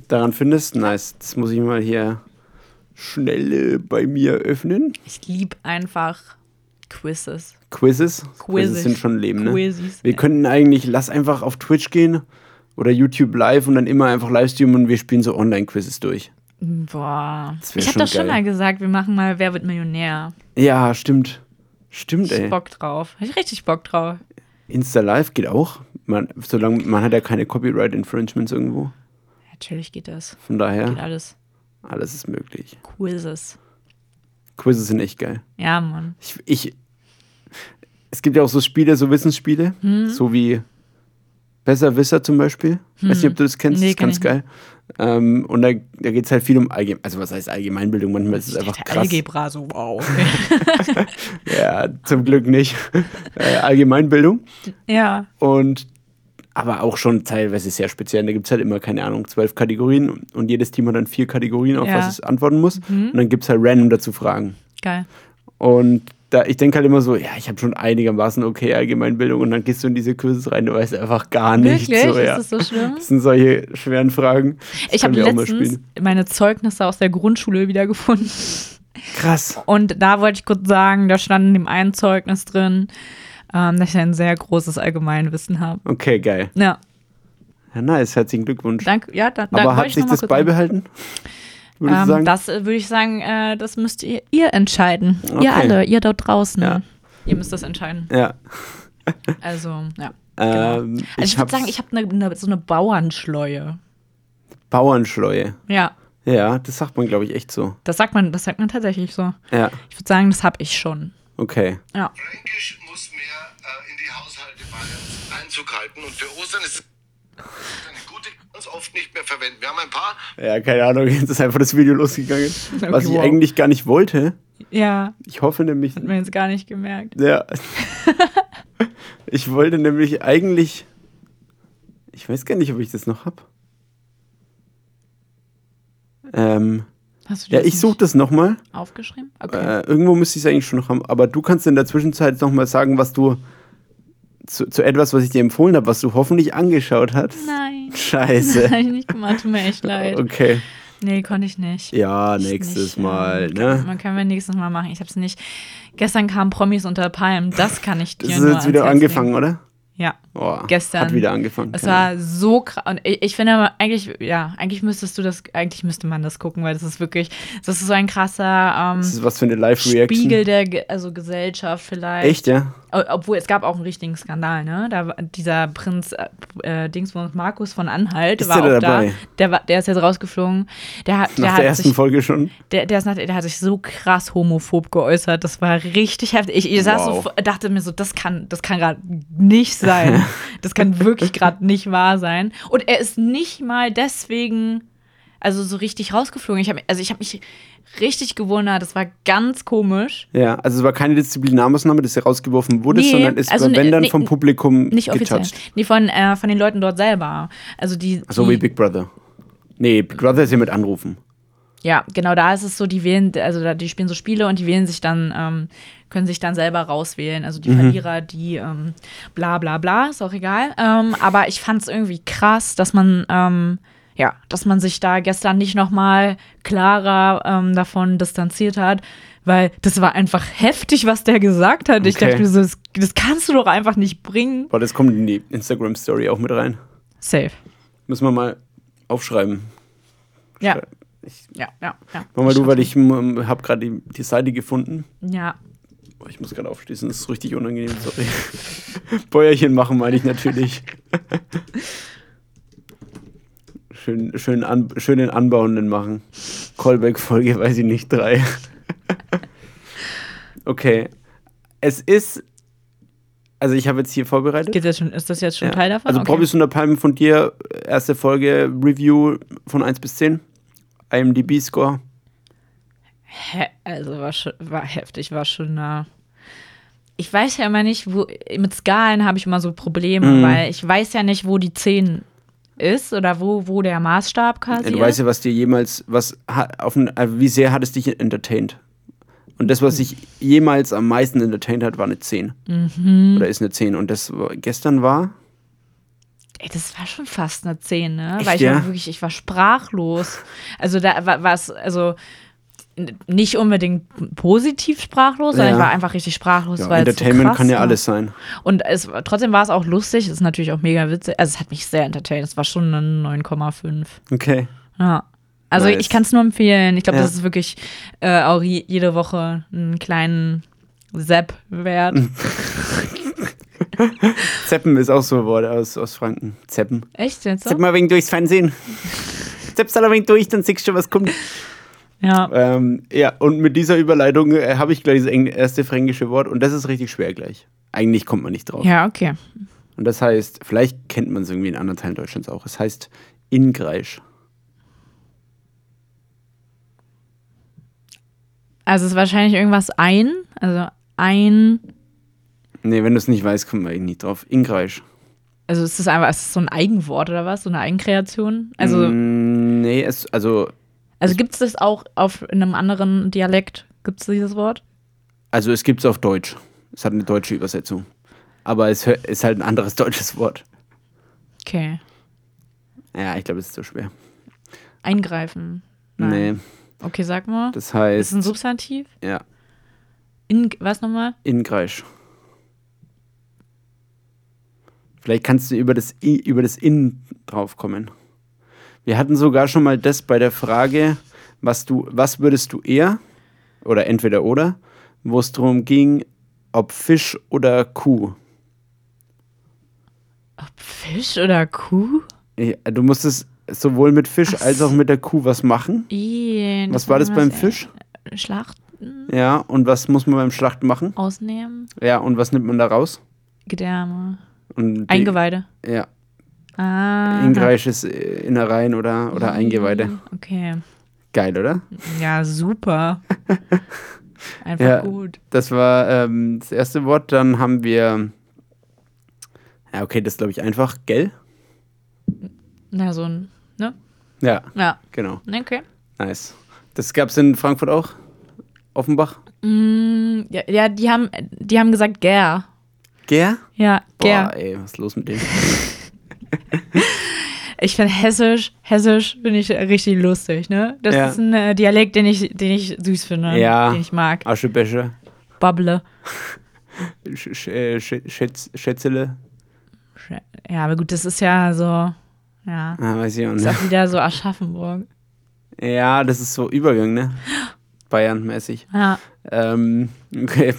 Speaker 1: daran findest. Nice. Das muss ich mal hier schnell äh, bei mir öffnen.
Speaker 2: Ich liebe einfach Quizzes.
Speaker 1: Quizzes.
Speaker 2: Quizzes.
Speaker 1: sind schon Leben, ne?
Speaker 2: Quizzes.
Speaker 1: Wir könnten eigentlich, lass einfach auf Twitch gehen oder YouTube live und dann immer einfach Livestreamen und wir spielen so Online-Quizzes durch.
Speaker 2: Boah.
Speaker 1: Das wär
Speaker 2: Ich habe
Speaker 1: schon
Speaker 2: das schon
Speaker 1: geil.
Speaker 2: mal gesagt, wir machen mal Wer wird Millionär.
Speaker 1: Ja, stimmt. Stimmt,
Speaker 2: Ich
Speaker 1: ey.
Speaker 2: hab Bock drauf. Hab ich richtig Bock drauf.
Speaker 1: Insta Live geht auch. Man, solange, man hat ja keine Copyright Infringements irgendwo.
Speaker 2: Natürlich geht das.
Speaker 1: Von
Speaker 2: Geht
Speaker 1: daher,
Speaker 2: alles.
Speaker 1: alles ist möglich.
Speaker 2: Quizzes.
Speaker 1: Quizzes sind echt geil.
Speaker 2: Ja, Mann.
Speaker 1: Ich, ich, es gibt ja auch so Spiele, so Wissensspiele,
Speaker 2: Hm.
Speaker 1: so wie Besserwisser zum Beispiel. Weiß nicht, ob du das kennst,
Speaker 2: Hm.
Speaker 1: das
Speaker 2: Nee,
Speaker 1: ist
Speaker 2: kenn
Speaker 1: ganz
Speaker 2: ich
Speaker 1: geil. Ähm, und da, da geht es halt viel um Allgemein, also was heißt Allgemeinbildung? Manchmal ist es einfach krass.
Speaker 2: Algebra, so wow.
Speaker 1: Ja, zum Glück nicht. äh, Allgemeinbildung.
Speaker 2: ja.
Speaker 1: Und aber auch schon teilweise sehr speziell. Da gibt es halt immer, keine Ahnung, zwölf Kategorien und jedes Team hat dann vier Kategorien, auf
Speaker 2: Ja. Mhm.
Speaker 1: was es antworten muss. Und dann gibt es halt random dazu Fragen.
Speaker 2: Geil.
Speaker 1: Und da, ich denke halt immer so, ja, ich habe schon einigermaßen okay Allgemeinbildung und dann gehst du in diese Quizzes rein, du weißt einfach gar nichts.
Speaker 2: Wirklich?
Speaker 1: So, ja.
Speaker 2: Ist das so schlimm?
Speaker 1: das sind solche schweren Fragen. Das
Speaker 2: Ich habe
Speaker 1: können wir auch mal
Speaker 2: letztens
Speaker 1: spielen.
Speaker 2: meine Zeugnisse aus der Grundschule wiedergefunden.
Speaker 1: Krass.
Speaker 2: Und da wollte ich kurz sagen, da stand in dem einen Zeugnis drin, ähm, dass ich ein sehr großes Allgemeinwissen habe.
Speaker 1: Okay, geil.
Speaker 2: Ja,
Speaker 1: Ja, nice, herzlichen Glückwunsch.
Speaker 2: danke. Ja, da, da
Speaker 1: Aber
Speaker 2: wollte
Speaker 1: hat
Speaker 2: ich
Speaker 1: sich
Speaker 2: noch mal
Speaker 1: das
Speaker 2: kurz
Speaker 1: beibehalten? Würdest du
Speaker 2: sagen.
Speaker 1: sagen?
Speaker 2: Ähm, das äh, würde ich sagen, äh, das müsst ihr, ihr entscheiden.
Speaker 1: Okay.
Speaker 2: Ihr alle, ihr dort draußen.
Speaker 1: Ja.
Speaker 2: Ihr müsst das entscheiden.
Speaker 1: ja.
Speaker 2: Also, ja.
Speaker 1: Ähm,
Speaker 2: Genau. Also ich, würde
Speaker 1: hab's-
Speaker 2: sagen, ich habe ne, ne, so eine Bauernschleue.
Speaker 1: Bauernschleue.
Speaker 2: Ja,
Speaker 1: Ja, das sagt man, glaube ich, echt so.
Speaker 2: das sagt man, das sagt man tatsächlich so.
Speaker 1: Ja,
Speaker 2: Ich würde sagen, das habe ich schon.
Speaker 1: okay.
Speaker 2: Ja.
Speaker 3: Fränkisch muss mehr äh, in die Haushalte Bayerns Einzug halten. Und für Ostern ist es eine gute, ganz oft nicht mehr verwenden. Wir haben ein paar
Speaker 1: Ja, keine Ahnung, jetzt ist einfach das Video losgegangen.
Speaker 2: Okay,
Speaker 1: was ich
Speaker 2: wow.
Speaker 1: eigentlich gar nicht wollte.
Speaker 2: Ja,
Speaker 1: Ich hoffe nämlich,
Speaker 2: hat man jetzt gar nicht gemerkt.
Speaker 1: ja. ich wollte nämlich eigentlich, Ich weiß gar nicht, ob ich das noch hab. Ähm,
Speaker 2: Hast du dir
Speaker 1: ja,
Speaker 2: das
Speaker 1: ich suche
Speaker 2: nicht
Speaker 1: das nochmal.
Speaker 2: aufgeschrieben? Okay.
Speaker 1: Äh, irgendwo müsste ich es eigentlich schon noch haben. Aber du kannst in der Zwischenzeit nochmal sagen, was du zu, zu etwas, was ich dir empfohlen habe, was du hoffentlich angeschaut hast.
Speaker 2: Nein. Das
Speaker 1: Scheiße.
Speaker 2: habe ich nicht gemacht, tut mir echt leid.
Speaker 1: Okay.
Speaker 2: Nee, konnte ich nicht.
Speaker 1: Ja,
Speaker 2: Ich
Speaker 1: nächstes
Speaker 2: nicht, ähm,
Speaker 1: Mal,
Speaker 2: Kann,
Speaker 1: ne?
Speaker 2: man können wir nächstes Mal machen. Ich habe es nicht. Gestern kamen Promis unter Palmen. Das kann ich dir
Speaker 1: Das ist
Speaker 2: nur
Speaker 1: jetzt wieder
Speaker 2: ans Herz
Speaker 1: angefangen,
Speaker 2: legen.
Speaker 1: oder?
Speaker 2: Ja.
Speaker 1: Oh,
Speaker 2: Gestern.
Speaker 1: Hat wieder angefangen.
Speaker 2: Es
Speaker 1: keine Ahnung.
Speaker 2: war so krass. Und ich, ich finde aber eigentlich, ja, eigentlich müsstest du das, eigentlich müsste man das gucken, weil das ist wirklich, das ist so ein krasser
Speaker 1: Das
Speaker 2: ähm,
Speaker 1: ist was für eine Live-Reaction.
Speaker 2: Spiegel der Ge- also Gesellschaft vielleicht.
Speaker 1: Echt, ja?
Speaker 2: O- Obwohl, es gab auch einen richtigen Skandal, ne? Da war dieser Prinz äh, äh, Dingsbums Markus von Anhalt
Speaker 1: Ist
Speaker 2: war
Speaker 1: der
Speaker 2: auch
Speaker 1: dabei?
Speaker 2: da. Der, war, der ist jetzt rausgeflogen. Der hat, der
Speaker 1: Nach der
Speaker 2: hat
Speaker 1: ersten
Speaker 2: sich,
Speaker 1: Folge schon.
Speaker 2: der, der, ist nach, der hat sich so krass homophob geäußert. Das war richtig heftig. Ich, ich saß
Speaker 1: Wow.
Speaker 2: so, vor- dachte mir so, das kann, das kann gerade nicht sein. das kann wirklich gerade nicht wahr sein. Und er ist nicht mal deswegen, also so richtig rausgeflogen. Ich hab, also ich habe mich richtig gewundert. Das war ganz komisch.
Speaker 1: Ja, also es war keine Disziplinarmaßnahme, dass er rausgeworfen wurde,
Speaker 2: Nee,
Speaker 1: sondern ist
Speaker 2: also
Speaker 1: beim
Speaker 2: ne-
Speaker 1: Wendern
Speaker 2: ne-
Speaker 1: vom Publikum
Speaker 2: Nicht offiziell.
Speaker 1: getouched.
Speaker 2: Nee, von, äh, von den Leuten dort selber. Also die.
Speaker 1: So
Speaker 2: die,
Speaker 1: wie Big Brother. Nee, Big Brother ist hier mit Anrufen.
Speaker 2: Ja, genau da ist es so, die wählen, also da, die spielen so Spiele und die wählen sich dann, ähm, können sich dann selber rauswählen. Also
Speaker 1: Mhm.
Speaker 2: die Verlierer, die ähm, bla bla bla, ist auch egal. Ähm, aber ich fand es irgendwie krass, dass man, ähm, ja, dass man sich da gestern nicht nochmal klarer ähm, davon distanziert hat, weil das war einfach heftig, was der gesagt hat. Ich
Speaker 1: Okay.
Speaker 2: dachte mir so, das, das kannst du doch einfach nicht bringen.
Speaker 1: Boah, das kommt in die Instagram-Story auch mit rein.
Speaker 2: Safe.
Speaker 1: Müssen wir mal aufschreiben.
Speaker 2: Ja.
Speaker 1: Ich-
Speaker 2: Ja, ja, ja.
Speaker 1: Mach mal du, weil ich ähm, habe gerade die, die Seite gefunden.
Speaker 2: Ja,
Speaker 1: Boah, ich muss gerade aufschließen, das ist richtig unangenehm, sorry. Bäuerchen machen meine ich natürlich. schön, schön, an, schön den Anbauenden machen. Callback-Folge, weiß ich nicht, drei. okay. Es ist. Also ich habe jetzt hier vorbereitet.
Speaker 2: geht das schon, ist das jetzt schon
Speaker 1: Ja.
Speaker 2: Teil davon?
Speaker 1: Also
Speaker 2: Okay.
Speaker 1: Promis unter Palmen von dir, erste Folge, Review von 1 bis 10. IMDB-Score.
Speaker 2: He also war schon, war heftig, war schon nah. Ich weiß ja immer nicht, wo mit Skalen habe ich immer so Probleme,
Speaker 1: Mhm.
Speaker 2: weil ich weiß ja nicht, wo die 10 ist oder wo, wo der Maßstab quasi
Speaker 1: Ja, du weißt
Speaker 2: ist.
Speaker 1: ja, was dir jemals, was hat, auf, ein- äh, wie sehr hat es dich entertained? Und das,
Speaker 2: Hm.
Speaker 1: was dich jemals am meisten entertained hat, war eine 10.
Speaker 2: Mhm.
Speaker 1: Oder ist eine 10. Und das war- gestern war,
Speaker 2: Ey, das war schon fast eine 10, ne?
Speaker 1: Echt,
Speaker 2: weil ich
Speaker 1: ja?
Speaker 2: war wirklich, ich war sprachlos. Also da war es, also n- nicht unbedingt positiv sprachlos, sondern
Speaker 1: Ja.
Speaker 2: ich war einfach richtig sprachlos.
Speaker 1: ja,
Speaker 2: weil es so
Speaker 1: Entertainment
Speaker 2: krass ne?
Speaker 1: kann ja
Speaker 2: war.
Speaker 1: alles sein.
Speaker 2: Und es, war- trotzdem war es auch lustig, es ist natürlich auch mega witzig. Also es hat mich sehr entertained, es war schon eine 9,5.
Speaker 1: Okay.
Speaker 2: Ja. Also
Speaker 1: Nice.
Speaker 2: ich kann es nur empfehlen. Ich glaube,
Speaker 1: Ja.
Speaker 2: das ist wirklich äh, auch je, jede Woche einen kleinen Sepp wert.
Speaker 1: Mhm. Zeppen ist auch so ein Wort aus, aus Franken. Zeppen.
Speaker 2: Echt jetzt
Speaker 1: Zepp
Speaker 2: so?
Speaker 1: mal wegen durchs Fernsehen. Zepp's alle wegen durch, dann siehst du, was kommt.
Speaker 2: Ja.
Speaker 1: Ähm, ja, und mit dieser Überleitung äh, habe ich gleich das eng- erste fränkische Wort und das ist richtig schwer gleich. Eigentlich kommt man nicht drauf.
Speaker 2: Ja, okay.
Speaker 1: Und das heißt, vielleicht kennt man es irgendwie in anderen Teilen Deutschlands auch. Es heißt Ingreisch.
Speaker 2: Also es ist wahrscheinlich irgendwas ein, also ein,
Speaker 1: Nee, wenn du es nicht weißt, kommt man irgendwie nicht drauf. Ingreisch.
Speaker 2: also ist das einfach, ist das so ein Eigenwort oder was? So eine Eigenkreation? Also,
Speaker 1: Mm, nee, es, also,
Speaker 2: also gibt es das auch auf in einem anderen Dialekt? Gibt es dieses Wort?
Speaker 1: also es gibt es auf Deutsch. Es hat eine deutsche Übersetzung. Aber es hö- ist halt ein anderes deutsches Wort.
Speaker 2: Okay.
Speaker 1: Ja, ich glaube, es ist zu schwer.
Speaker 2: Eingreifen. Nein.
Speaker 1: Nee,
Speaker 2: Okay, sag mal.
Speaker 1: das
Speaker 2: ist es ein
Speaker 1: heißt,
Speaker 2: Substantiv?
Speaker 1: ja,
Speaker 2: In, was nochmal?
Speaker 1: Ingreisch. Vielleicht kannst du über das, I, über das In draufkommen. Wir hatten sogar schon mal das bei der Frage, was, du, was würdest du eher, oder entweder oder, wo es darum ging, ob Fisch oder Kuh.
Speaker 2: Ob Fisch oder Kuh?
Speaker 1: Ja, Du musstest sowohl mit Fisch
Speaker 2: Ach
Speaker 1: als auch mit der Kuh was machen.
Speaker 2: Ih,
Speaker 1: Was war das beim
Speaker 2: äh,
Speaker 1: Fisch?
Speaker 2: Schlachten,
Speaker 1: Ja, und was muss man beim Schlachten machen?
Speaker 2: ausnehmen,
Speaker 1: Ja, und was nimmt man da raus?
Speaker 2: Gedärme,
Speaker 1: Und die-
Speaker 2: Eingeweide.
Speaker 1: Ja,
Speaker 2: Ah.
Speaker 1: Ingreisches äh, Innereien oder, oder Eingeweide.
Speaker 2: Okay.
Speaker 1: Geil, oder?
Speaker 2: Ja, super. Einfach
Speaker 1: Ja.
Speaker 2: gut.
Speaker 1: Das war ähm, das erste Wort. Dann haben wir. Ja, okay, das glaube ich einfach. Gell?
Speaker 2: Na, so ein, ne?
Speaker 1: Ja,
Speaker 2: Ja.
Speaker 1: genau.
Speaker 2: Okay.
Speaker 1: Nice. Das gab es in Frankfurt auch? Offenbach?
Speaker 2: Ja, ja die, haben, die haben gesagt, gär.
Speaker 1: Gär?
Speaker 2: Ja,
Speaker 1: Boah,
Speaker 2: gär.
Speaker 1: ey, was ist los mit dem?
Speaker 2: Ich finde Hessisch, Hessisch finde ich richtig lustig, ne? Das
Speaker 1: Ja.
Speaker 2: ist ein äh, Dialekt, den ich, den ich süß finde,
Speaker 1: Ja.
Speaker 2: den ich mag.
Speaker 1: Aschebäsche,
Speaker 2: Bubble.
Speaker 1: Sch Sch äh, Sch Schätz Schätzele,
Speaker 2: Ja, aber gut, das ist ja so, ja.
Speaker 1: ah, weiß ich auch
Speaker 2: Ist
Speaker 1: nicht.
Speaker 2: auch wieder so Aschaffenburg.
Speaker 1: Ja, das ist so Übergang, ne? Bayern-mäßig.
Speaker 2: Ja.
Speaker 1: Ähm, okay.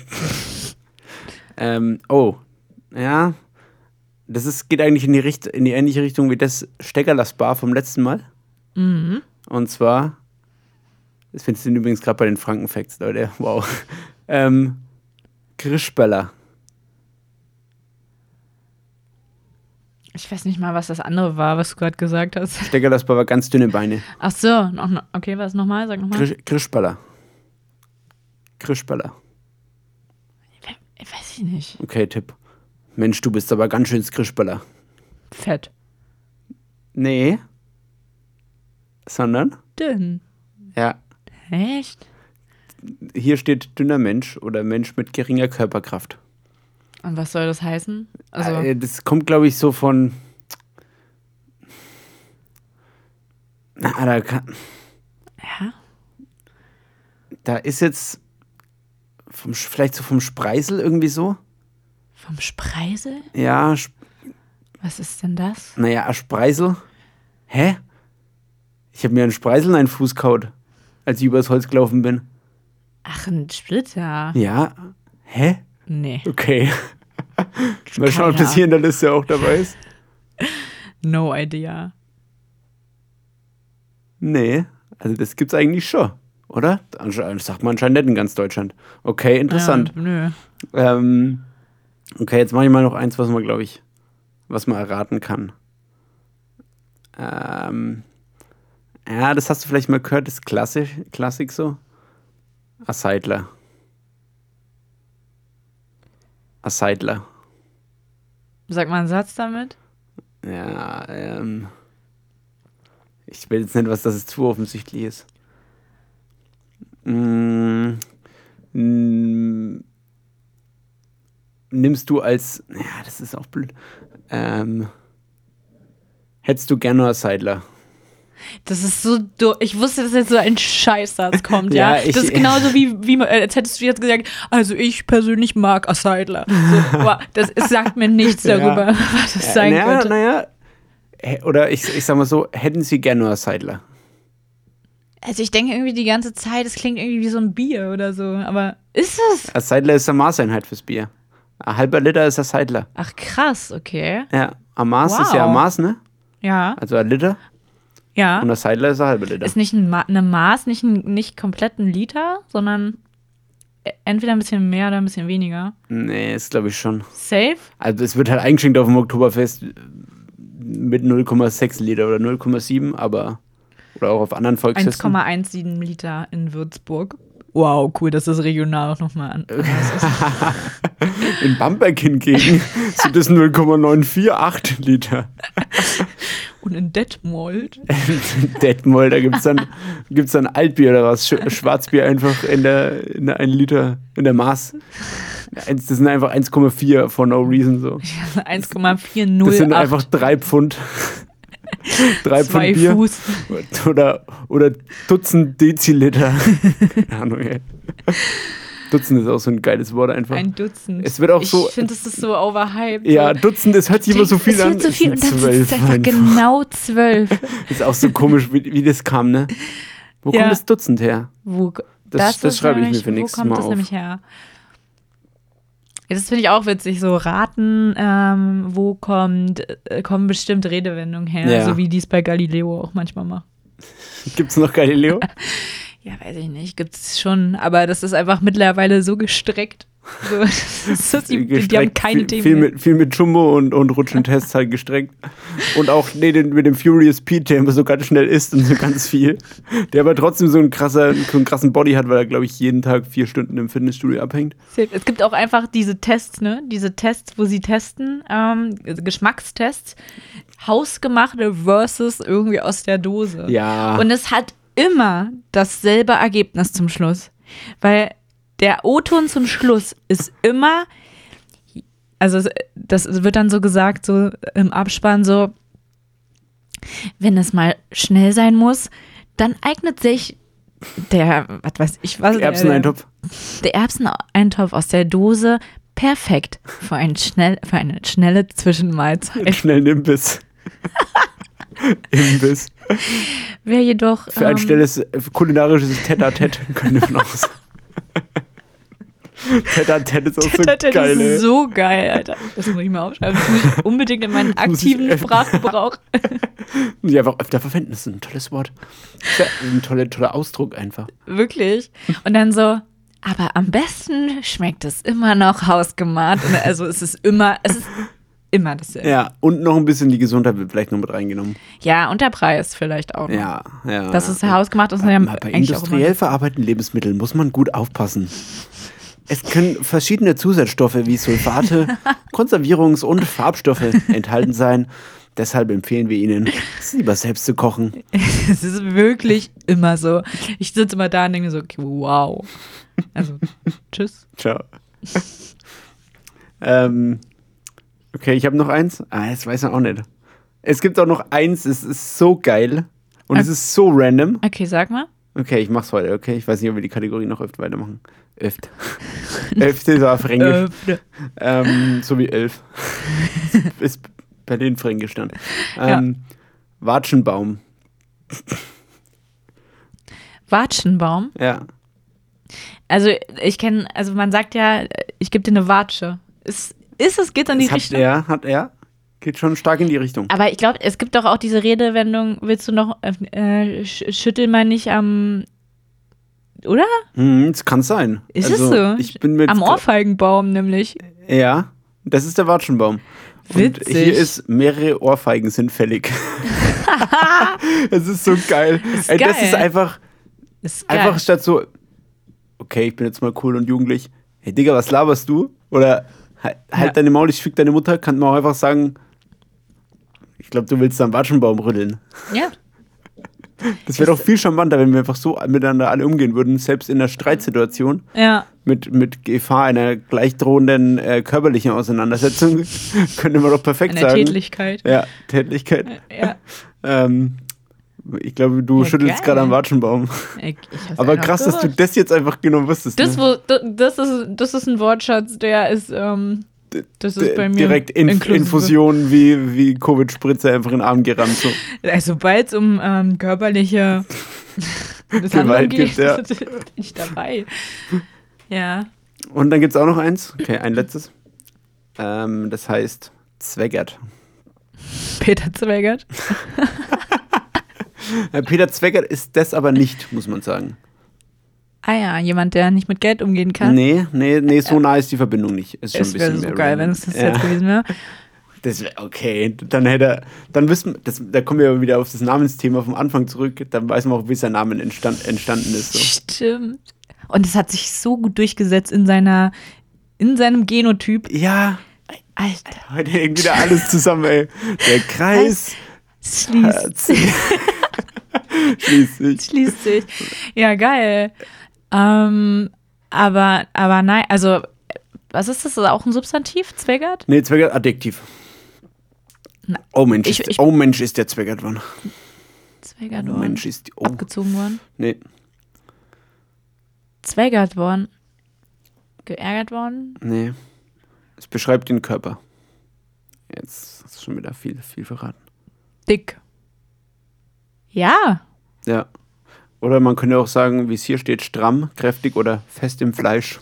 Speaker 1: ähm, oh, ja. Das ist, geht eigentlich in die, Richt in die ähnliche Richtung wie das Steckerlass-Bar vom letzten Mal.
Speaker 2: Mhm.
Speaker 1: Und zwar, das findest du übrigens gerade bei den Frankenfacts, Leute. Wow. Ähm, Grischböller.
Speaker 2: Ich weiß nicht mal, was das andere war, was du gerade gesagt hast.
Speaker 1: Steckerlass-Bar war ganz dünne Beine.
Speaker 2: Ach so, noch, noch- okay, was nochmal? Sag nochmal.
Speaker 1: Grisch Grischböller. Grischböller.
Speaker 2: Ich weiß ich nicht.
Speaker 1: Okay, Tipp. Mensch, du bist aber ganz schön Grischböller.
Speaker 2: Fett.
Speaker 1: Nee. Sondern?
Speaker 2: Dünn.
Speaker 1: Ja,
Speaker 2: Echt?
Speaker 1: hier steht dünner Mensch oder Mensch mit geringer Körperkraft.
Speaker 2: Und was soll das heißen? Also,
Speaker 1: Äh, Das kommt, glaube ich, so von. Na, da, kann,
Speaker 2: ja.
Speaker 1: da ist jetzt vom, Sch- vielleicht so vom Spreisel irgendwie so.
Speaker 2: Vom Spreisel?
Speaker 1: Ja, Sp
Speaker 2: Was ist denn das?
Speaker 1: naja, ein Spreisel. Hä? Ich habe mir einen Spreisel in einen Fuß kaut, als ich übers Holz gelaufen bin.
Speaker 2: Ach, ein Splitter.
Speaker 1: Ja. Hä?
Speaker 2: Nee.
Speaker 1: Okay. Mal schauen, ob
Speaker 2: Keine
Speaker 1: das hier in der Liste auch dabei ist.
Speaker 2: No idea.
Speaker 1: Nee, also das gibt's eigentlich schon, oder? Ansche- Sagt man anscheinend nicht in ganz Deutschland. Okay, interessant.
Speaker 2: Ja, nö.
Speaker 1: Ähm, okay, jetzt mache ich mal noch eins, was man, glaube ich, was man erraten kann. Ähm, ja, das hast du vielleicht mal gehört, das ist klassisch, Klassik so. A Seidler. A Seidler.
Speaker 2: Sag mal einen Satz damit.
Speaker 1: Ja, ähm. Ich will jetzt nicht was, dass es zu offensichtlich ist. Mm, mm, nimmst du als. Ja, das ist auch blöd. Ähm, hättest du gerne einen Seidler?
Speaker 2: Das ist so dumm. Ich wusste, dass jetzt so ein Scheißsatz kommt, ja.
Speaker 1: Ja, ich-
Speaker 2: das ist genauso wie, wie man- äh, als hättest du jetzt gesagt, also ich persönlich mag Asseidler. So, boah, das es sagt mir nichts
Speaker 1: Ja.
Speaker 2: darüber, was das sein
Speaker 1: naja,
Speaker 2: könnte.
Speaker 1: naja. Hä- Oder ich, ich sag mal so, hätten sie gerne einen Seidler?
Speaker 2: Also ich denke irgendwie die ganze Zeit, es klingt irgendwie wie so ein Bier oder so. Aber ist es?
Speaker 1: Ein Seidler ist eine Maßeinheit fürs Bier. Ein halber Liter ist ein Seidler.
Speaker 2: Ach krass, okay.
Speaker 1: Ja, ein Maß ist ja
Speaker 2: Wow.
Speaker 1: ein Maß, ne?
Speaker 2: Ja,
Speaker 1: Also ein Liter
Speaker 2: ja.
Speaker 1: und ein Seidler ist ein halber Liter.
Speaker 2: Ist nicht ein Ma eine Maß, nicht, ein, nicht kompletten Liter, sondern e- entweder ein bisschen mehr oder ein bisschen weniger.
Speaker 1: Nee, ist glaube ich schon.
Speaker 2: Safe?
Speaker 1: Also es wird halt eingeschenkt auf dem Oktoberfest äh, mit 0,6 Liter oder 0,7, aber oder auch auf anderen Volksfesten.
Speaker 2: 1,17 Liter in Würzburg. Wow, cool, dass das regional auch nochmal an.
Speaker 1: In Bamberg hingegen sind es 0,948 Liter.
Speaker 2: Und in Detmold.
Speaker 1: In Detmold, da gibt es dann, gibt's dann Altbier oder was, Sch- Schwarzbier einfach in der, in der 1 Liter, in der Maß. Ja, eins- Das sind einfach 1,4 for no reason so. Das sind
Speaker 2: 1,408.
Speaker 1: einfach drei Pfund. drei
Speaker 2: Zwei
Speaker 1: Pfund Bier.
Speaker 2: Fuß.
Speaker 1: Oder, oder Dutzend Deziliter. Keine Ahnung, ey. Dutzend ist auch so ein geiles Wort einfach.
Speaker 2: Ein Dutzend.
Speaker 1: Es wird auch so-
Speaker 2: Ich finde, das ist so overhyped.
Speaker 1: ja, Dutzend, das hört sich immer so viel
Speaker 2: es
Speaker 1: an.
Speaker 2: Wird so
Speaker 1: Es
Speaker 2: viel und
Speaker 1: sind
Speaker 2: dann sind es
Speaker 1: zwölf
Speaker 2: einfach
Speaker 1: einfach.
Speaker 2: genau zwölf.
Speaker 1: Ist auch so komisch, wie, wie das kam, ne? Wo
Speaker 2: Ja.
Speaker 1: kommt das Dutzend her?
Speaker 2: Wo,
Speaker 1: Das- das
Speaker 2: ist
Speaker 1: schreibe ich mir
Speaker 2: nämlich-
Speaker 1: für nächstes
Speaker 2: Wo kommt
Speaker 1: Mal
Speaker 2: das
Speaker 1: auf.
Speaker 2: nämlich her? Ja, das finde ich auch witzig, so raten, ähm, wo kommt, äh, kommen bestimmte Redewendungen her,
Speaker 1: Ja.
Speaker 2: so wie die es bei Galileo auch manchmal macht.
Speaker 1: Gibt's noch Galileo?
Speaker 2: Ja, weiß ich nicht, gibt's schon, aber das ist einfach mittlerweile so gestreckt. So, das ist, die, die, die haben
Speaker 1: Gestreckt,
Speaker 2: keine
Speaker 1: viel,
Speaker 2: Themen.
Speaker 1: Viel
Speaker 2: mehr.
Speaker 1: mit, viel mit Jumbo und, und Rutschentests halt gestreckt. Und auch nee, den, mit dem Furious Pete, der immer so ganz schnell isst und so ganz viel. Der aber trotzdem so, einen krasser, so einen krassen Body hat, weil er, glaube ich, jeden Tag vier Stunden im Fitnessstudio abhängt.
Speaker 2: Es gibt auch einfach diese Tests, ne? Diese Tests, wo sie testen, ähm, also Geschmackstests, hausgemachte versus irgendwie aus der Dose.
Speaker 1: Ja.
Speaker 2: Und es hat immer dasselbe Ergebnis zum Schluss. Weil der O-Ton zum Schluss ist immer, also es- das wird dann so gesagt, so im Abspann, so, wenn es mal schnell sein muss, dann eignet sich der, was weiß ich, was
Speaker 1: Erbseneintopf.
Speaker 2: der Erbseneintopf aus der Dose perfekt für, ein schnell, für eine schnelle Zwischenmahlzeit.
Speaker 1: Schnell einen Imbiss. Imbiss.
Speaker 2: Wer jedoch. ähm,
Speaker 1: Für ein schnelles äh, kulinarisches Tête-à-Tête könnte man auch sagen. Tête-à-Tête ist auch so
Speaker 2: Tete, das
Speaker 1: geil, ey.
Speaker 2: ist so geil, Alter. Das muss ich mir aufschreiben. Das muss ich unbedingt in meinen
Speaker 1: muss ich
Speaker 2: aktiven
Speaker 1: echt-
Speaker 2: Sprachgebrauch.
Speaker 1: Muss ich einfach öfter verwenden. Das ist ein tolles Wort. Ja, ein toller, toller Ausdruck einfach.
Speaker 2: Wirklich. Und dann so, aber am besten schmeckt es immer noch hausgemacht. Und also es ist immer, es ist immer dasselbe. Ja,
Speaker 1: Ja, und noch ein bisschen die Gesundheit wird vielleicht noch mit reingenommen.
Speaker 2: und der Preis vielleicht auch. noch.
Speaker 1: Ja, ja.
Speaker 2: Das ist hausgemacht, das ist ja
Speaker 1: Mal Bei
Speaker 2: eigentlich auch immer
Speaker 1: industriell verarbeiteten Lebensmitteln muss man gut aufpassen. Es können verschiedene Zusatzstoffe wie Sulfate, Konservierungs- und Farbstoffe enthalten sein. Deshalb empfehlen wir Ihnen, es lieber selbst zu kochen.
Speaker 2: Es ist wirklich immer so. Ich sitze immer da und denke so, okay, wow. Also, tschüss.
Speaker 1: Ciao. ähm, okay, ich habe noch eins. Ah, das weiß man auch nicht. Es gibt auch noch eins, es ist so geil und
Speaker 2: Ähm.
Speaker 1: es ist so random.
Speaker 2: Okay, sag mal.
Speaker 1: Okay, ich mach's heute, okay? Ich weiß nicht, ob wir die Kategorie noch öfter weitermachen. Öft. Öft ist auf Fränkisch.
Speaker 2: Äh,
Speaker 1: Ähm, so wie elf. ist Berlin Fränkisch dann. Ähm, Watschenbaum.
Speaker 2: Watschenbaum.
Speaker 1: Ja.
Speaker 2: Also, ich kenne, also man sagt ja, ich gebe dir eine Watsche. Ist, ist es, geht in die
Speaker 1: Das hat
Speaker 2: Richtung.
Speaker 1: er, hat er. Geht schon stark in die Richtung.
Speaker 2: Aber ich glaube, es gibt doch auch diese Redewendung, willst du noch, äh, sch- schüttel mal nicht am, oder?
Speaker 1: Hm, das kann sein.
Speaker 2: Ah. Ist
Speaker 1: Also,
Speaker 2: es so?
Speaker 1: Ich bin mit
Speaker 2: am Ohrfeigenbaum nämlich.
Speaker 1: Ja, das ist der Watschenbaum. Und
Speaker 2: Witzig.
Speaker 1: hier ist mehrere Ohrfeigen sind fällig. Es ist so geil.
Speaker 2: Ist
Speaker 1: Ey, Das
Speaker 2: geil.
Speaker 1: ist einfach
Speaker 2: Ist geil.
Speaker 1: Einfach statt so, okay, ich bin jetzt mal cool und jugendlich, hey Digga, was laberst du? Oder halt, halt
Speaker 2: Ja.
Speaker 1: deine Maul, ich fick deine Mutter, kann man auch einfach sagen, ich glaube, du willst am Watschenbaum rütteln.
Speaker 2: ja.
Speaker 1: Das wäre doch viel charmanter, wenn wir einfach so miteinander alle umgehen würden, selbst in einer Streitsituation
Speaker 2: Ja.
Speaker 1: mit, mit Gefahr einer gleichdrohenden äh, körperlichen Auseinandersetzung, könnte man doch perfekt
Speaker 2: Eine
Speaker 1: sagen.
Speaker 2: Tätlichkeit.
Speaker 1: Ja, Tätlichkeit.
Speaker 2: Ja.
Speaker 1: Ähm, ich glaube, du
Speaker 2: Ja,
Speaker 1: schüttelst
Speaker 2: geil.
Speaker 1: gerade am Watschenbaum.
Speaker 2: Ich, ich hab's
Speaker 1: Aber
Speaker 2: einfach
Speaker 1: krass, dass du
Speaker 2: gewusst.
Speaker 1: das jetzt einfach genau wusstest. ne?
Speaker 2: Das, wo, d- das, ist, das ist ein Wortschatz, der ist, ähm, das ist
Speaker 1: D-
Speaker 2: bei mir
Speaker 1: direkt Inf
Speaker 2: inklusive.
Speaker 1: Infusionen wie, wie Covid-Spritze einfach in den Arm gerammt. So.
Speaker 2: Also sobald es um ähm, körperliche Misshandlung
Speaker 1: Gewalt
Speaker 2: geht,
Speaker 1: gibt, ja.
Speaker 2: bin ich dabei. Ja.
Speaker 1: Und dann gibt es auch noch eins. Okay, ein letztes. Ähm, das heißt Zweckert.
Speaker 2: Peter Zweigert.
Speaker 1: Herr Peter Zweckert ist das aber nicht, muss man sagen.
Speaker 2: Ah ja, jemand, der nicht mit Geld umgehen kann.
Speaker 1: Nee, nee, nee, so nah ist die Verbindung nicht. Ist schon ein
Speaker 2: Das wäre
Speaker 1: bisschen
Speaker 2: so
Speaker 1: mehr
Speaker 2: geil,
Speaker 1: random.
Speaker 2: wenn es das
Speaker 1: ja.
Speaker 2: jetzt gewesen wäre.
Speaker 1: Das wär, okay, dann hätte er, dann wüssten, das, da kommen wir aber wieder auf das Namensthema vom Anfang zurück, dann weiß man auch, wie sein Name entstand, entstanden ist. So.
Speaker 2: Stimmt. Und es hat sich so gut durchgesetzt in seiner, in seinem Genotyp.
Speaker 1: Ja,
Speaker 2: Alter,
Speaker 1: heute hängt wieder alles zusammen, ey. Der Kreis
Speaker 2: es schließt
Speaker 1: Herz. schließlich.
Speaker 2: schließt sich. Ja, geil. Ähm, aber, aber nein, also, was ist das? Ist das auch ein Substantiv, Zweigert?
Speaker 1: Nee, Zweckert, Adjektiv. Oh Mensch,
Speaker 2: Ich-
Speaker 1: ist,
Speaker 2: ich-
Speaker 1: oh Mensch, ist der Zweckert dran.
Speaker 2: Zweigert
Speaker 1: Oh
Speaker 2: worden.
Speaker 1: Mensch, ist. Oh.
Speaker 2: Abgezogen worden.
Speaker 1: Nee.
Speaker 2: Zweigert worden. Geärgert worden.
Speaker 1: Nee. Es beschreibt den Körper. Jetzt hast du schon wieder viel, viel verraten.
Speaker 2: Dick. Ja.
Speaker 1: Ja. Oder man könnte auch sagen, wie es hier steht, stramm, kräftig oder fest im Fleisch.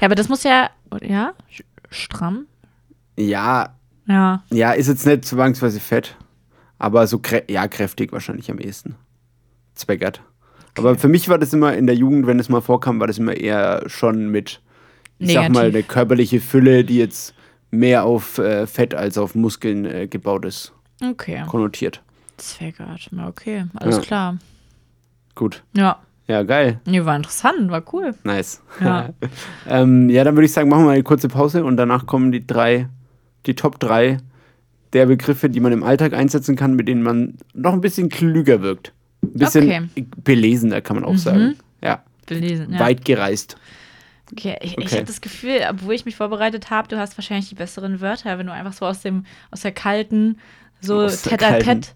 Speaker 2: Ja, aber das muss ja, ja, sch- stramm.
Speaker 1: Ja,
Speaker 2: Ja.
Speaker 1: ja, ist jetzt nicht zwangsweise fett, aber so krä ja, kräftig wahrscheinlich am ehesten. zweckert. Aber für mich war das immer in der Jugend, wenn es mal vorkam, war das immer eher schon mit, ich sag mal,
Speaker 2: Negativ.
Speaker 1: eine körperliche Fülle, die jetzt mehr auf äh, Fett als auf Muskeln äh, gebaut ist,
Speaker 2: Okay.
Speaker 1: konnotiert.
Speaker 2: Zwergatmen, okay. Alles
Speaker 1: Ja.
Speaker 2: klar.
Speaker 1: Gut.
Speaker 2: Ja.
Speaker 1: Ja, geil.
Speaker 2: Nee, war interessant, war cool.
Speaker 1: Nice.
Speaker 2: Ja.
Speaker 1: ähm, ja, dann würde ich sagen, machen wir mal eine kurze Pause und danach kommen die drei, die Top 3 der Begriffe, die man im Alltag einsetzen kann, mit denen man noch ein bisschen klüger wirkt. Ein bisschen
Speaker 2: Okay.
Speaker 1: belesener, kann man auch sagen. Ja.
Speaker 2: Gelesen, ja.
Speaker 1: Weit gereist.
Speaker 2: Okay, ich, ich
Speaker 1: Okay.
Speaker 2: habe das Gefühl, obwohl ich mich vorbereitet habe, du hast wahrscheinlich die besseren Wörter, wenn du einfach so aus dem, aus der kalten, so
Speaker 1: Aus der
Speaker 2: tête à tête.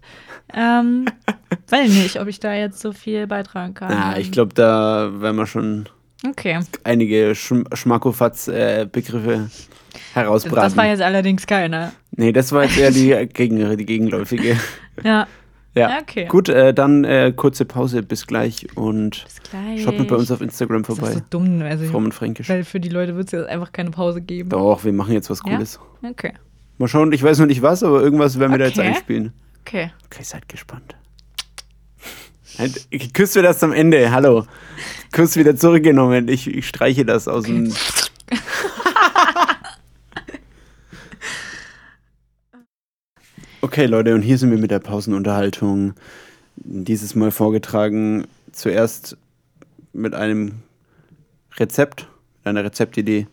Speaker 2: Ähm, weiß ich nicht, ob ich da jetzt so viel beitragen kann.
Speaker 1: Ja, Ah, ich glaube, da werden wir schon
Speaker 2: Okay,
Speaker 1: einige Schm Schmackofatz-Begriffe
Speaker 2: das,
Speaker 1: herausbraten.
Speaker 2: das war jetzt allerdings keine.
Speaker 1: nee, das war jetzt eher die, gegen, die gegenläufige.
Speaker 2: Ja,
Speaker 1: Ja,
Speaker 2: Okay.
Speaker 1: gut, äh, dann äh, kurze Pause, bis gleich und
Speaker 2: bis gleich.
Speaker 1: schaut mal bei uns auf Instagram
Speaker 2: das ist
Speaker 1: vorbei.
Speaker 2: so dumm, also,
Speaker 1: Fromm und Fränkisch.
Speaker 2: weil für die Leute wird es jetzt einfach keine Pause geben.
Speaker 1: Doch, wir machen jetzt was
Speaker 2: Ja?
Speaker 1: Cooles.
Speaker 2: Okay,
Speaker 1: Mal schauen, ich weiß noch nicht was, aber irgendwas werden wir da
Speaker 2: Okay.
Speaker 1: jetzt einspielen.
Speaker 2: okay.
Speaker 1: Okay, seid gespannt. Halt, Küsst wir das am Ende, hallo. Kuss wieder zurückgenommen, ich, ich streiche das aus dem... Okay, Leute, und hier sind wir mit der Pausenunterhaltung. Dieses Mal vorgetragen zuerst mit einem Rezept, einer Rezeptidee,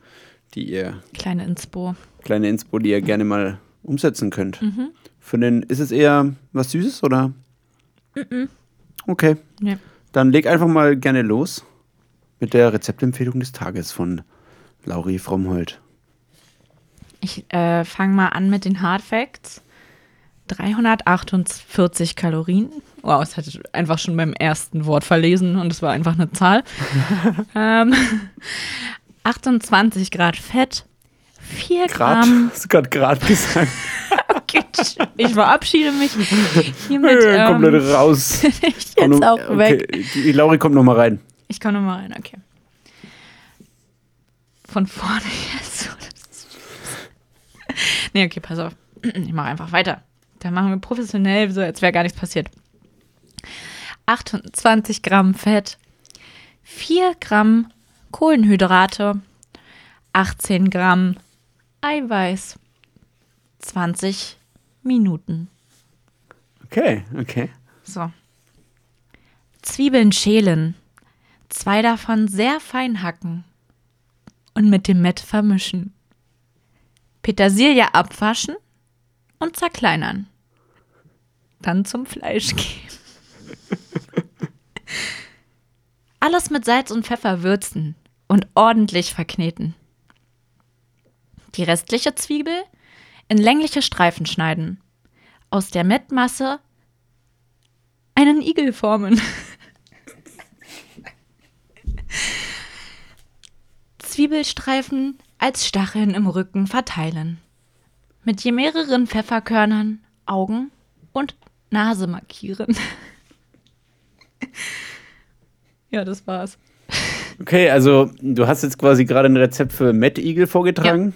Speaker 1: die ihr
Speaker 2: Kleine Inspo.
Speaker 1: kleine Inspo, die ihr gerne mal umsetzen könnt.
Speaker 2: Mhm.
Speaker 1: Für den, ist es eher was Süßes oder?
Speaker 2: Mhm.
Speaker 1: Okay.
Speaker 2: Nee.
Speaker 1: Dann leg einfach mal gerne los mit der Rezeptempfehlung des Tages von Lauri Frommhold.
Speaker 2: Ich äh, fange mal an mit den Hard Facts. 348 Kalorien. Wow, das hatte ich einfach schon beim ersten Wort verlesen und es war einfach eine Zahl. ähm, 28 Grad Fett. 4
Speaker 1: Grad,
Speaker 2: Gramm.
Speaker 1: hast du gerade Grad gesagt.
Speaker 2: Kitsch. Ich verabschiede mich hiermit.
Speaker 1: Äh,
Speaker 2: Ähm,
Speaker 1: Komplett raus.
Speaker 2: ich
Speaker 1: Komm
Speaker 2: jetzt
Speaker 1: noch-
Speaker 2: auch weg.
Speaker 1: Okay, die Lauri kommt nochmal rein.
Speaker 2: Ich komme nochmal rein, okay. Von vorne jetzt. nee, okay, pass auf. Ich mache einfach weiter. Dann machen wir professionell, so als wäre gar nichts passiert. 28 Gramm Fett, 4 Gramm Kohlenhydrate, 18 Gramm Eiweiß, 20 Minuten.
Speaker 1: Okay, okay.
Speaker 2: So. Zwiebeln schälen. Zwei davon sehr fein hacken. Und mit dem Mett vermischen. Petersilie abwaschen und zerkleinern. Dann zum Fleisch geben. Alles mit Salz und Pfeffer würzen und ordentlich verkneten. Die restliche Zwiebel in längliche Streifen schneiden. Aus der Mettmasse einen Igel formen. Zwiebelstreifen als Stacheln im Rücken verteilen. Mit je mehreren Pfefferkörnern Augen und Nase markieren. ja, das war's.
Speaker 1: Okay, also du hast jetzt quasi gerade ein Rezept für Matt Eagle vorgetragen.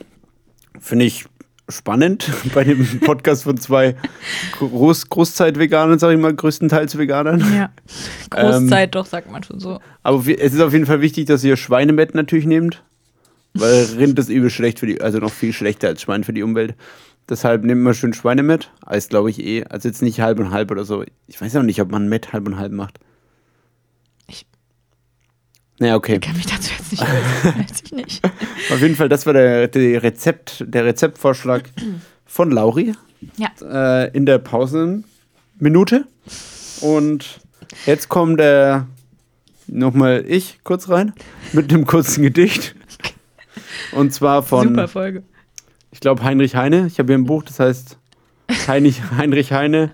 Speaker 1: Finde ich spannend bei dem Podcast von zwei Groß Großzeit-Veganern, sage ich mal, größtenteils Veganern.
Speaker 2: Ja. Ähm. Großzeit doch, sagt man schon so.
Speaker 1: Aber wir- es ist auf jeden Fall wichtig, dass ihr Schweinemett natürlich nehmt, weil Rind ist übel schlecht für die, also noch viel schlechter als Schwein für die Umwelt. Deshalb nehmt mal schön Schweinemett, als glaube ich eh, also jetzt nicht halb und halb oder so. Ich weiß auch nicht, ob man Mett halb und halb macht.
Speaker 2: Ich-
Speaker 1: Naja, okay.
Speaker 2: Ich kann mich dazu jetzt nicht äußern, weiß ich nicht.
Speaker 1: Auf jeden Fall, das war der, der, Rezept, der Rezeptvorschlag von Lauri
Speaker 2: Ja,
Speaker 1: äh, in der Pausenminute. Und jetzt kommt äh, nochmal ich kurz rein mit einem kurzen Gedicht. Und zwar
Speaker 2: super
Speaker 1: von,
Speaker 2: Folge.
Speaker 1: ich glaube, Heinrich Heine. Ich habe hier ein Buch, das heißt Heinrich, Heinrich Heine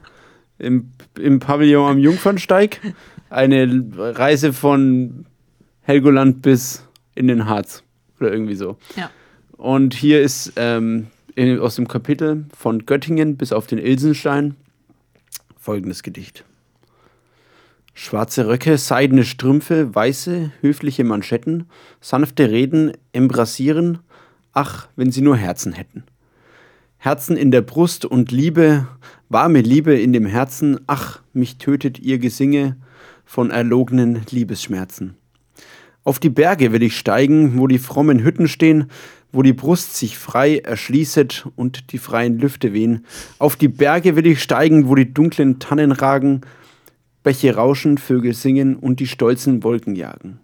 Speaker 1: im, im Pavillon am Jungfernsteig. Eine Reise von Helgoland bis in den Harz. Oder irgendwie so.
Speaker 2: Ja.
Speaker 1: Und hier ist ähm, in, aus dem Kapitel von Göttingen bis auf den Ilsenstein folgendes Gedicht. Schwarze Röcke, seidene Strümpfe, weiße, höfliche Manschetten, sanfte Reden, embrassieren, ach, wenn sie nur Herzen hätten. Herzen in der Brust und Liebe, warme Liebe in dem Herzen, ach, mich tötet ihr Gesinge, von erlogenen Liebesschmerzen. Auf die Berge will ich steigen, wo die frommen Hütten stehen, wo die Brust sich frei erschließet und die freien Lüfte wehen. Auf die Berge will ich steigen, wo die dunklen Tannen ragen, Bäche rauschen, Vögel singen und die stolzen Wolken jagen.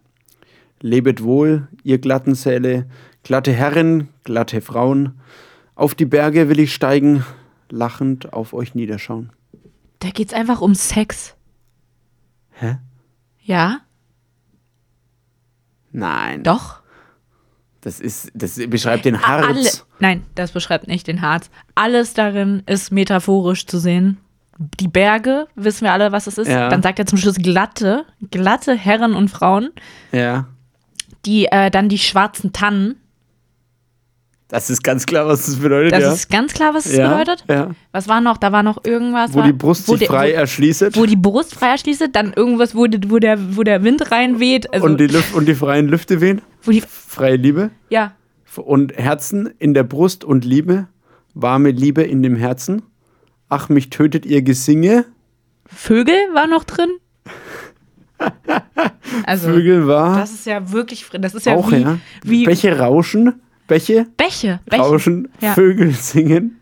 Speaker 1: Lebet wohl, ihr glatten Säle, glatte Herren, glatte Frauen. Auf die Berge will ich steigen, lachend auf euch niederschauen.
Speaker 2: Da geht's einfach um Sex.
Speaker 1: Hä?
Speaker 2: Ja?
Speaker 1: Nein.
Speaker 2: Doch?
Speaker 1: Das ist, das beschreibt den Harz.
Speaker 2: Alle, nein, das beschreibt nicht den Harz. Alles darin ist metaphorisch zu sehen. Die Berge, wissen wir alle, was es ist.
Speaker 1: Ja.
Speaker 2: Dann sagt er zum Schluss glatte, glatte Herren und Frauen,
Speaker 1: Ja.
Speaker 2: die äh, dann die schwarzen Tannen.
Speaker 1: Das ist ganz klar, was das bedeutet,
Speaker 2: Das
Speaker 1: ja.
Speaker 2: ist ganz klar, was es
Speaker 1: ja,
Speaker 2: bedeutet.
Speaker 1: Ja.
Speaker 2: Was war noch? Da war noch irgendwas.
Speaker 1: Wo
Speaker 2: war,
Speaker 1: die Brust
Speaker 2: wo
Speaker 1: sich
Speaker 2: der-
Speaker 1: frei
Speaker 2: wo-
Speaker 1: erschließet
Speaker 2: wo die Brust frei erschließt, dann irgendwas, wo, die- wo, der, wo der Wind reinweht. Also,
Speaker 1: und, die Lüf und die freien Lüfte wehen.
Speaker 2: wo die,
Speaker 1: Freie Liebe.
Speaker 2: ja,
Speaker 1: Und Herzen in der Brust und Liebe. Warme Liebe in dem Herzen. Ach, mich tötet ihr Gesinge.
Speaker 2: Vögel war noch drin. Also,
Speaker 1: Vögel war
Speaker 2: das ist ja wirklich, fr- das ist ja
Speaker 1: auch,
Speaker 2: wie,
Speaker 1: ja.
Speaker 2: wie Bäche.
Speaker 1: Bäche rauschen. Bäche,
Speaker 2: Bäche. Bäche.
Speaker 1: rauschen.
Speaker 2: Ja.
Speaker 1: Vögel singen.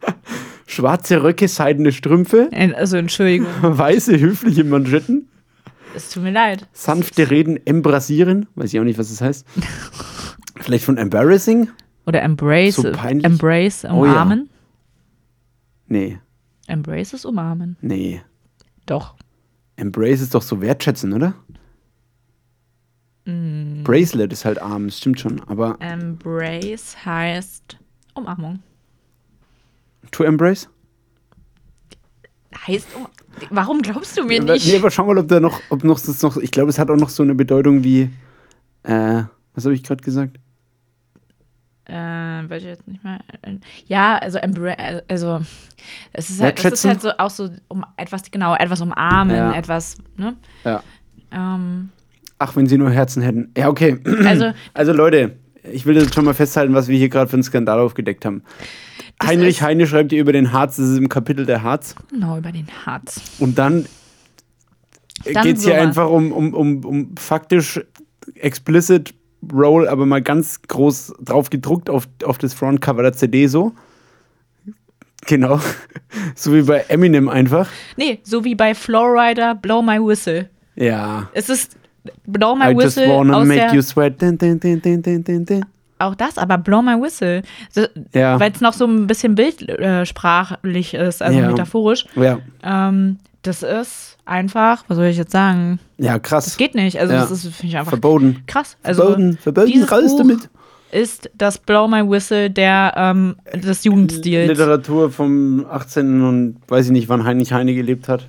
Speaker 1: Schwarze Röcke, seidene Strümpfe.
Speaker 2: Äh, Also, Entschuldigung,
Speaker 1: Weiße, höfliche Manschetten.
Speaker 2: es tut mir leid.
Speaker 1: Sanfte Reden embrassieren, weiß ich auch nicht, was das heißt. Vielleicht von embarrassing?
Speaker 2: Oder Embrace,
Speaker 1: So peinlich.
Speaker 2: Embrace,
Speaker 1: Oh ja.
Speaker 2: umarmen.
Speaker 1: Nee,
Speaker 2: Embrace ist umarmen.
Speaker 1: nee.
Speaker 2: Doch.
Speaker 1: Embrace ist doch so wertschätzen, oder? Bracelet ist halt arm, das stimmt schon. Aber
Speaker 2: Embrace heißt Umarmung.
Speaker 1: to embrace?
Speaker 2: Heißt um Warum glaubst du mir
Speaker 1: Aber-
Speaker 2: nicht?
Speaker 1: Nee, aber schau mal, ob da noch, ob noch das noch. Ich glaube, es hat auch noch so eine Bedeutung wie. Äh, was habe ich gerade gesagt?
Speaker 2: Äh, weiß ich jetzt nicht mehr. Ja, also, embra- also es ist halt, das ist
Speaker 1: Wertschätzen?
Speaker 2: halt so auch so um etwas, genau, etwas umarmen,
Speaker 1: Ja.
Speaker 2: etwas, ne?
Speaker 1: Ja.
Speaker 2: Ähm,
Speaker 1: Ach, wenn sie nur Herzen hätten. Ja, okay.
Speaker 2: also,
Speaker 1: Also Leute, ich will jetzt schon mal festhalten, was wir hier gerade für einen Skandal aufgedeckt haben. Heinrich
Speaker 2: ist-
Speaker 1: Heine schreibt hier über den Harz, das ist im Kapitel der Harz.
Speaker 2: genau über den Harz.
Speaker 1: Und dann,
Speaker 2: Dann
Speaker 1: geht es hier
Speaker 2: sowas.
Speaker 1: einfach um, um, um, um faktisch explicit Roll, aber mal ganz groß drauf gedruckt auf, auf das Frontcover der CD so. Genau. so wie bei Eminem einfach.
Speaker 2: Nee, so wie bei Flowrider, Blow My Whistle.
Speaker 1: Ja.
Speaker 2: Es ist Blow My
Speaker 1: I just
Speaker 2: Whistle
Speaker 1: wanna
Speaker 2: aus
Speaker 1: make you
Speaker 2: der,
Speaker 1: sweat. Din, din, din, din, din, din, din.
Speaker 2: auch das, aber Blow My Whistle, so,
Speaker 1: Ja.
Speaker 2: weil es noch so ein bisschen bildsprachlich ist, also
Speaker 1: Ja.
Speaker 2: metaphorisch.
Speaker 1: Ja.
Speaker 2: Ähm, das ist einfach, was soll ich jetzt sagen?
Speaker 1: Ja, krass.
Speaker 2: Das geht nicht. Also
Speaker 1: Ja.
Speaker 2: das ist finde ich einfach
Speaker 1: Verboten.
Speaker 2: krass. Also
Speaker 1: Verboten, verboten,
Speaker 2: dieses
Speaker 1: raus
Speaker 2: Buch
Speaker 1: damit.
Speaker 2: ist das Blow My Whistle der ähm, des Jugendstils.
Speaker 1: Literatur vom 18. und weiß ich nicht, wann Heinrich Heine gelebt hat.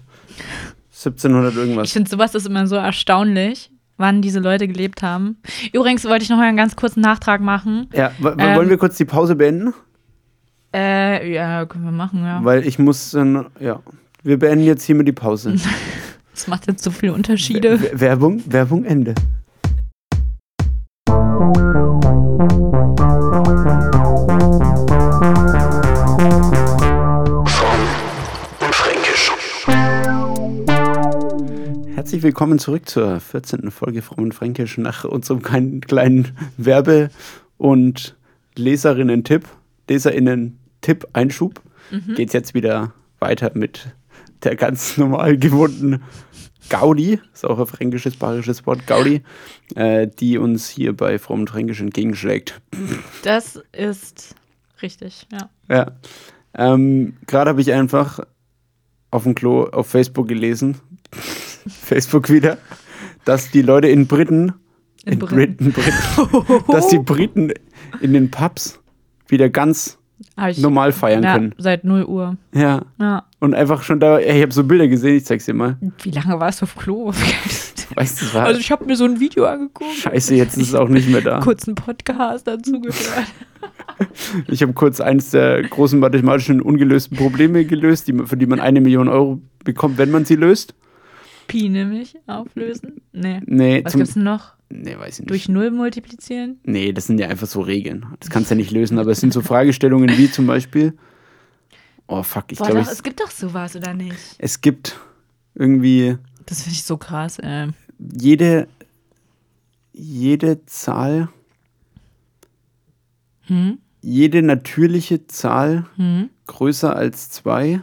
Speaker 1: 1700
Speaker 2: Ich
Speaker 1: irgendwas.
Speaker 2: finde sowas ist immer so erstaunlich, wann diese Leute gelebt haben. Übrigens wollte ich noch mal einen ganz kurzen Nachtrag machen.
Speaker 1: Ja, w- w-
Speaker 2: Ähm.
Speaker 1: wollen wir kurz die Pause beenden?
Speaker 2: Äh, ja, können wir machen, ja.
Speaker 1: Weil ich muss dann, ja. Wir beenden jetzt hiermit die Pause.
Speaker 2: Das macht jetzt so viele Unterschiede.
Speaker 1: W- Werbung, Werbung, Ende.
Speaker 3: Fränkisch.
Speaker 1: Herzlich willkommen zurück zur 14. Folge Frommen Fränkisch nach unserem kleinen, kleinen Werbe- und Leserinnen-Tipp, Leserinnen-Tipp-Einschub. Geht's jetzt wieder weiter mit der ganz normal gewohnten Gaudi, ist auch ein fränkisches, bayerisches Wort, Gaudi, äh, die uns hier bei Frommen Fränkisch entgegenschlägt.
Speaker 2: Das ist richtig, ja.
Speaker 1: Ja. Ähm, Gerade habe ich einfach auf dem Klo auf Facebook gelesen, Facebook wieder, dass die Leute in Briten, in, Briten, Briten dass die Briten in den Pubs wieder ganz
Speaker 2: Hab ich
Speaker 1: normal feiern
Speaker 2: ja,
Speaker 1: können.
Speaker 2: seit 0 Uhr.
Speaker 1: Ja.
Speaker 2: Ja.
Speaker 1: Und einfach schon da, ey, ich habe so Bilder gesehen, ich zeig's dir mal.
Speaker 2: Wie lange warst du auf Klo?
Speaker 1: Weißt du, es war
Speaker 2: also ich habe mir so ein Video angeguckt.
Speaker 1: scheiße, jetzt ist es auch nicht mehr da.
Speaker 2: kurzen Podcast dazu gehört.
Speaker 1: Ich habe kurz eines der großen mathematischen ungelösten Probleme gelöst, die, man- für die man eine Million Euro bekommt, wenn man sie löst.
Speaker 2: Pi nämlich auflösen. Nee.
Speaker 1: Nee,
Speaker 2: Was
Speaker 1: zum,
Speaker 2: gibt's denn noch?
Speaker 1: nee weiß ich nicht.
Speaker 2: Durch Null multiplizieren?
Speaker 1: Nee, das sind ja einfach so Regeln. Das kannst du ja nicht lösen, aber es sind so Fragestellungen wie zum Beispiel. Oh fuck, ich
Speaker 2: Boah,
Speaker 1: glaube,
Speaker 2: doch,
Speaker 1: es,
Speaker 2: es gibt doch sowas, oder nicht?
Speaker 1: es gibt irgendwie
Speaker 2: Das finde ich so krass, ähm. ey.
Speaker 1: Jede, jede Zahl,
Speaker 2: Hm?
Speaker 1: jede natürliche Zahl
Speaker 2: Hm?
Speaker 1: größer als 2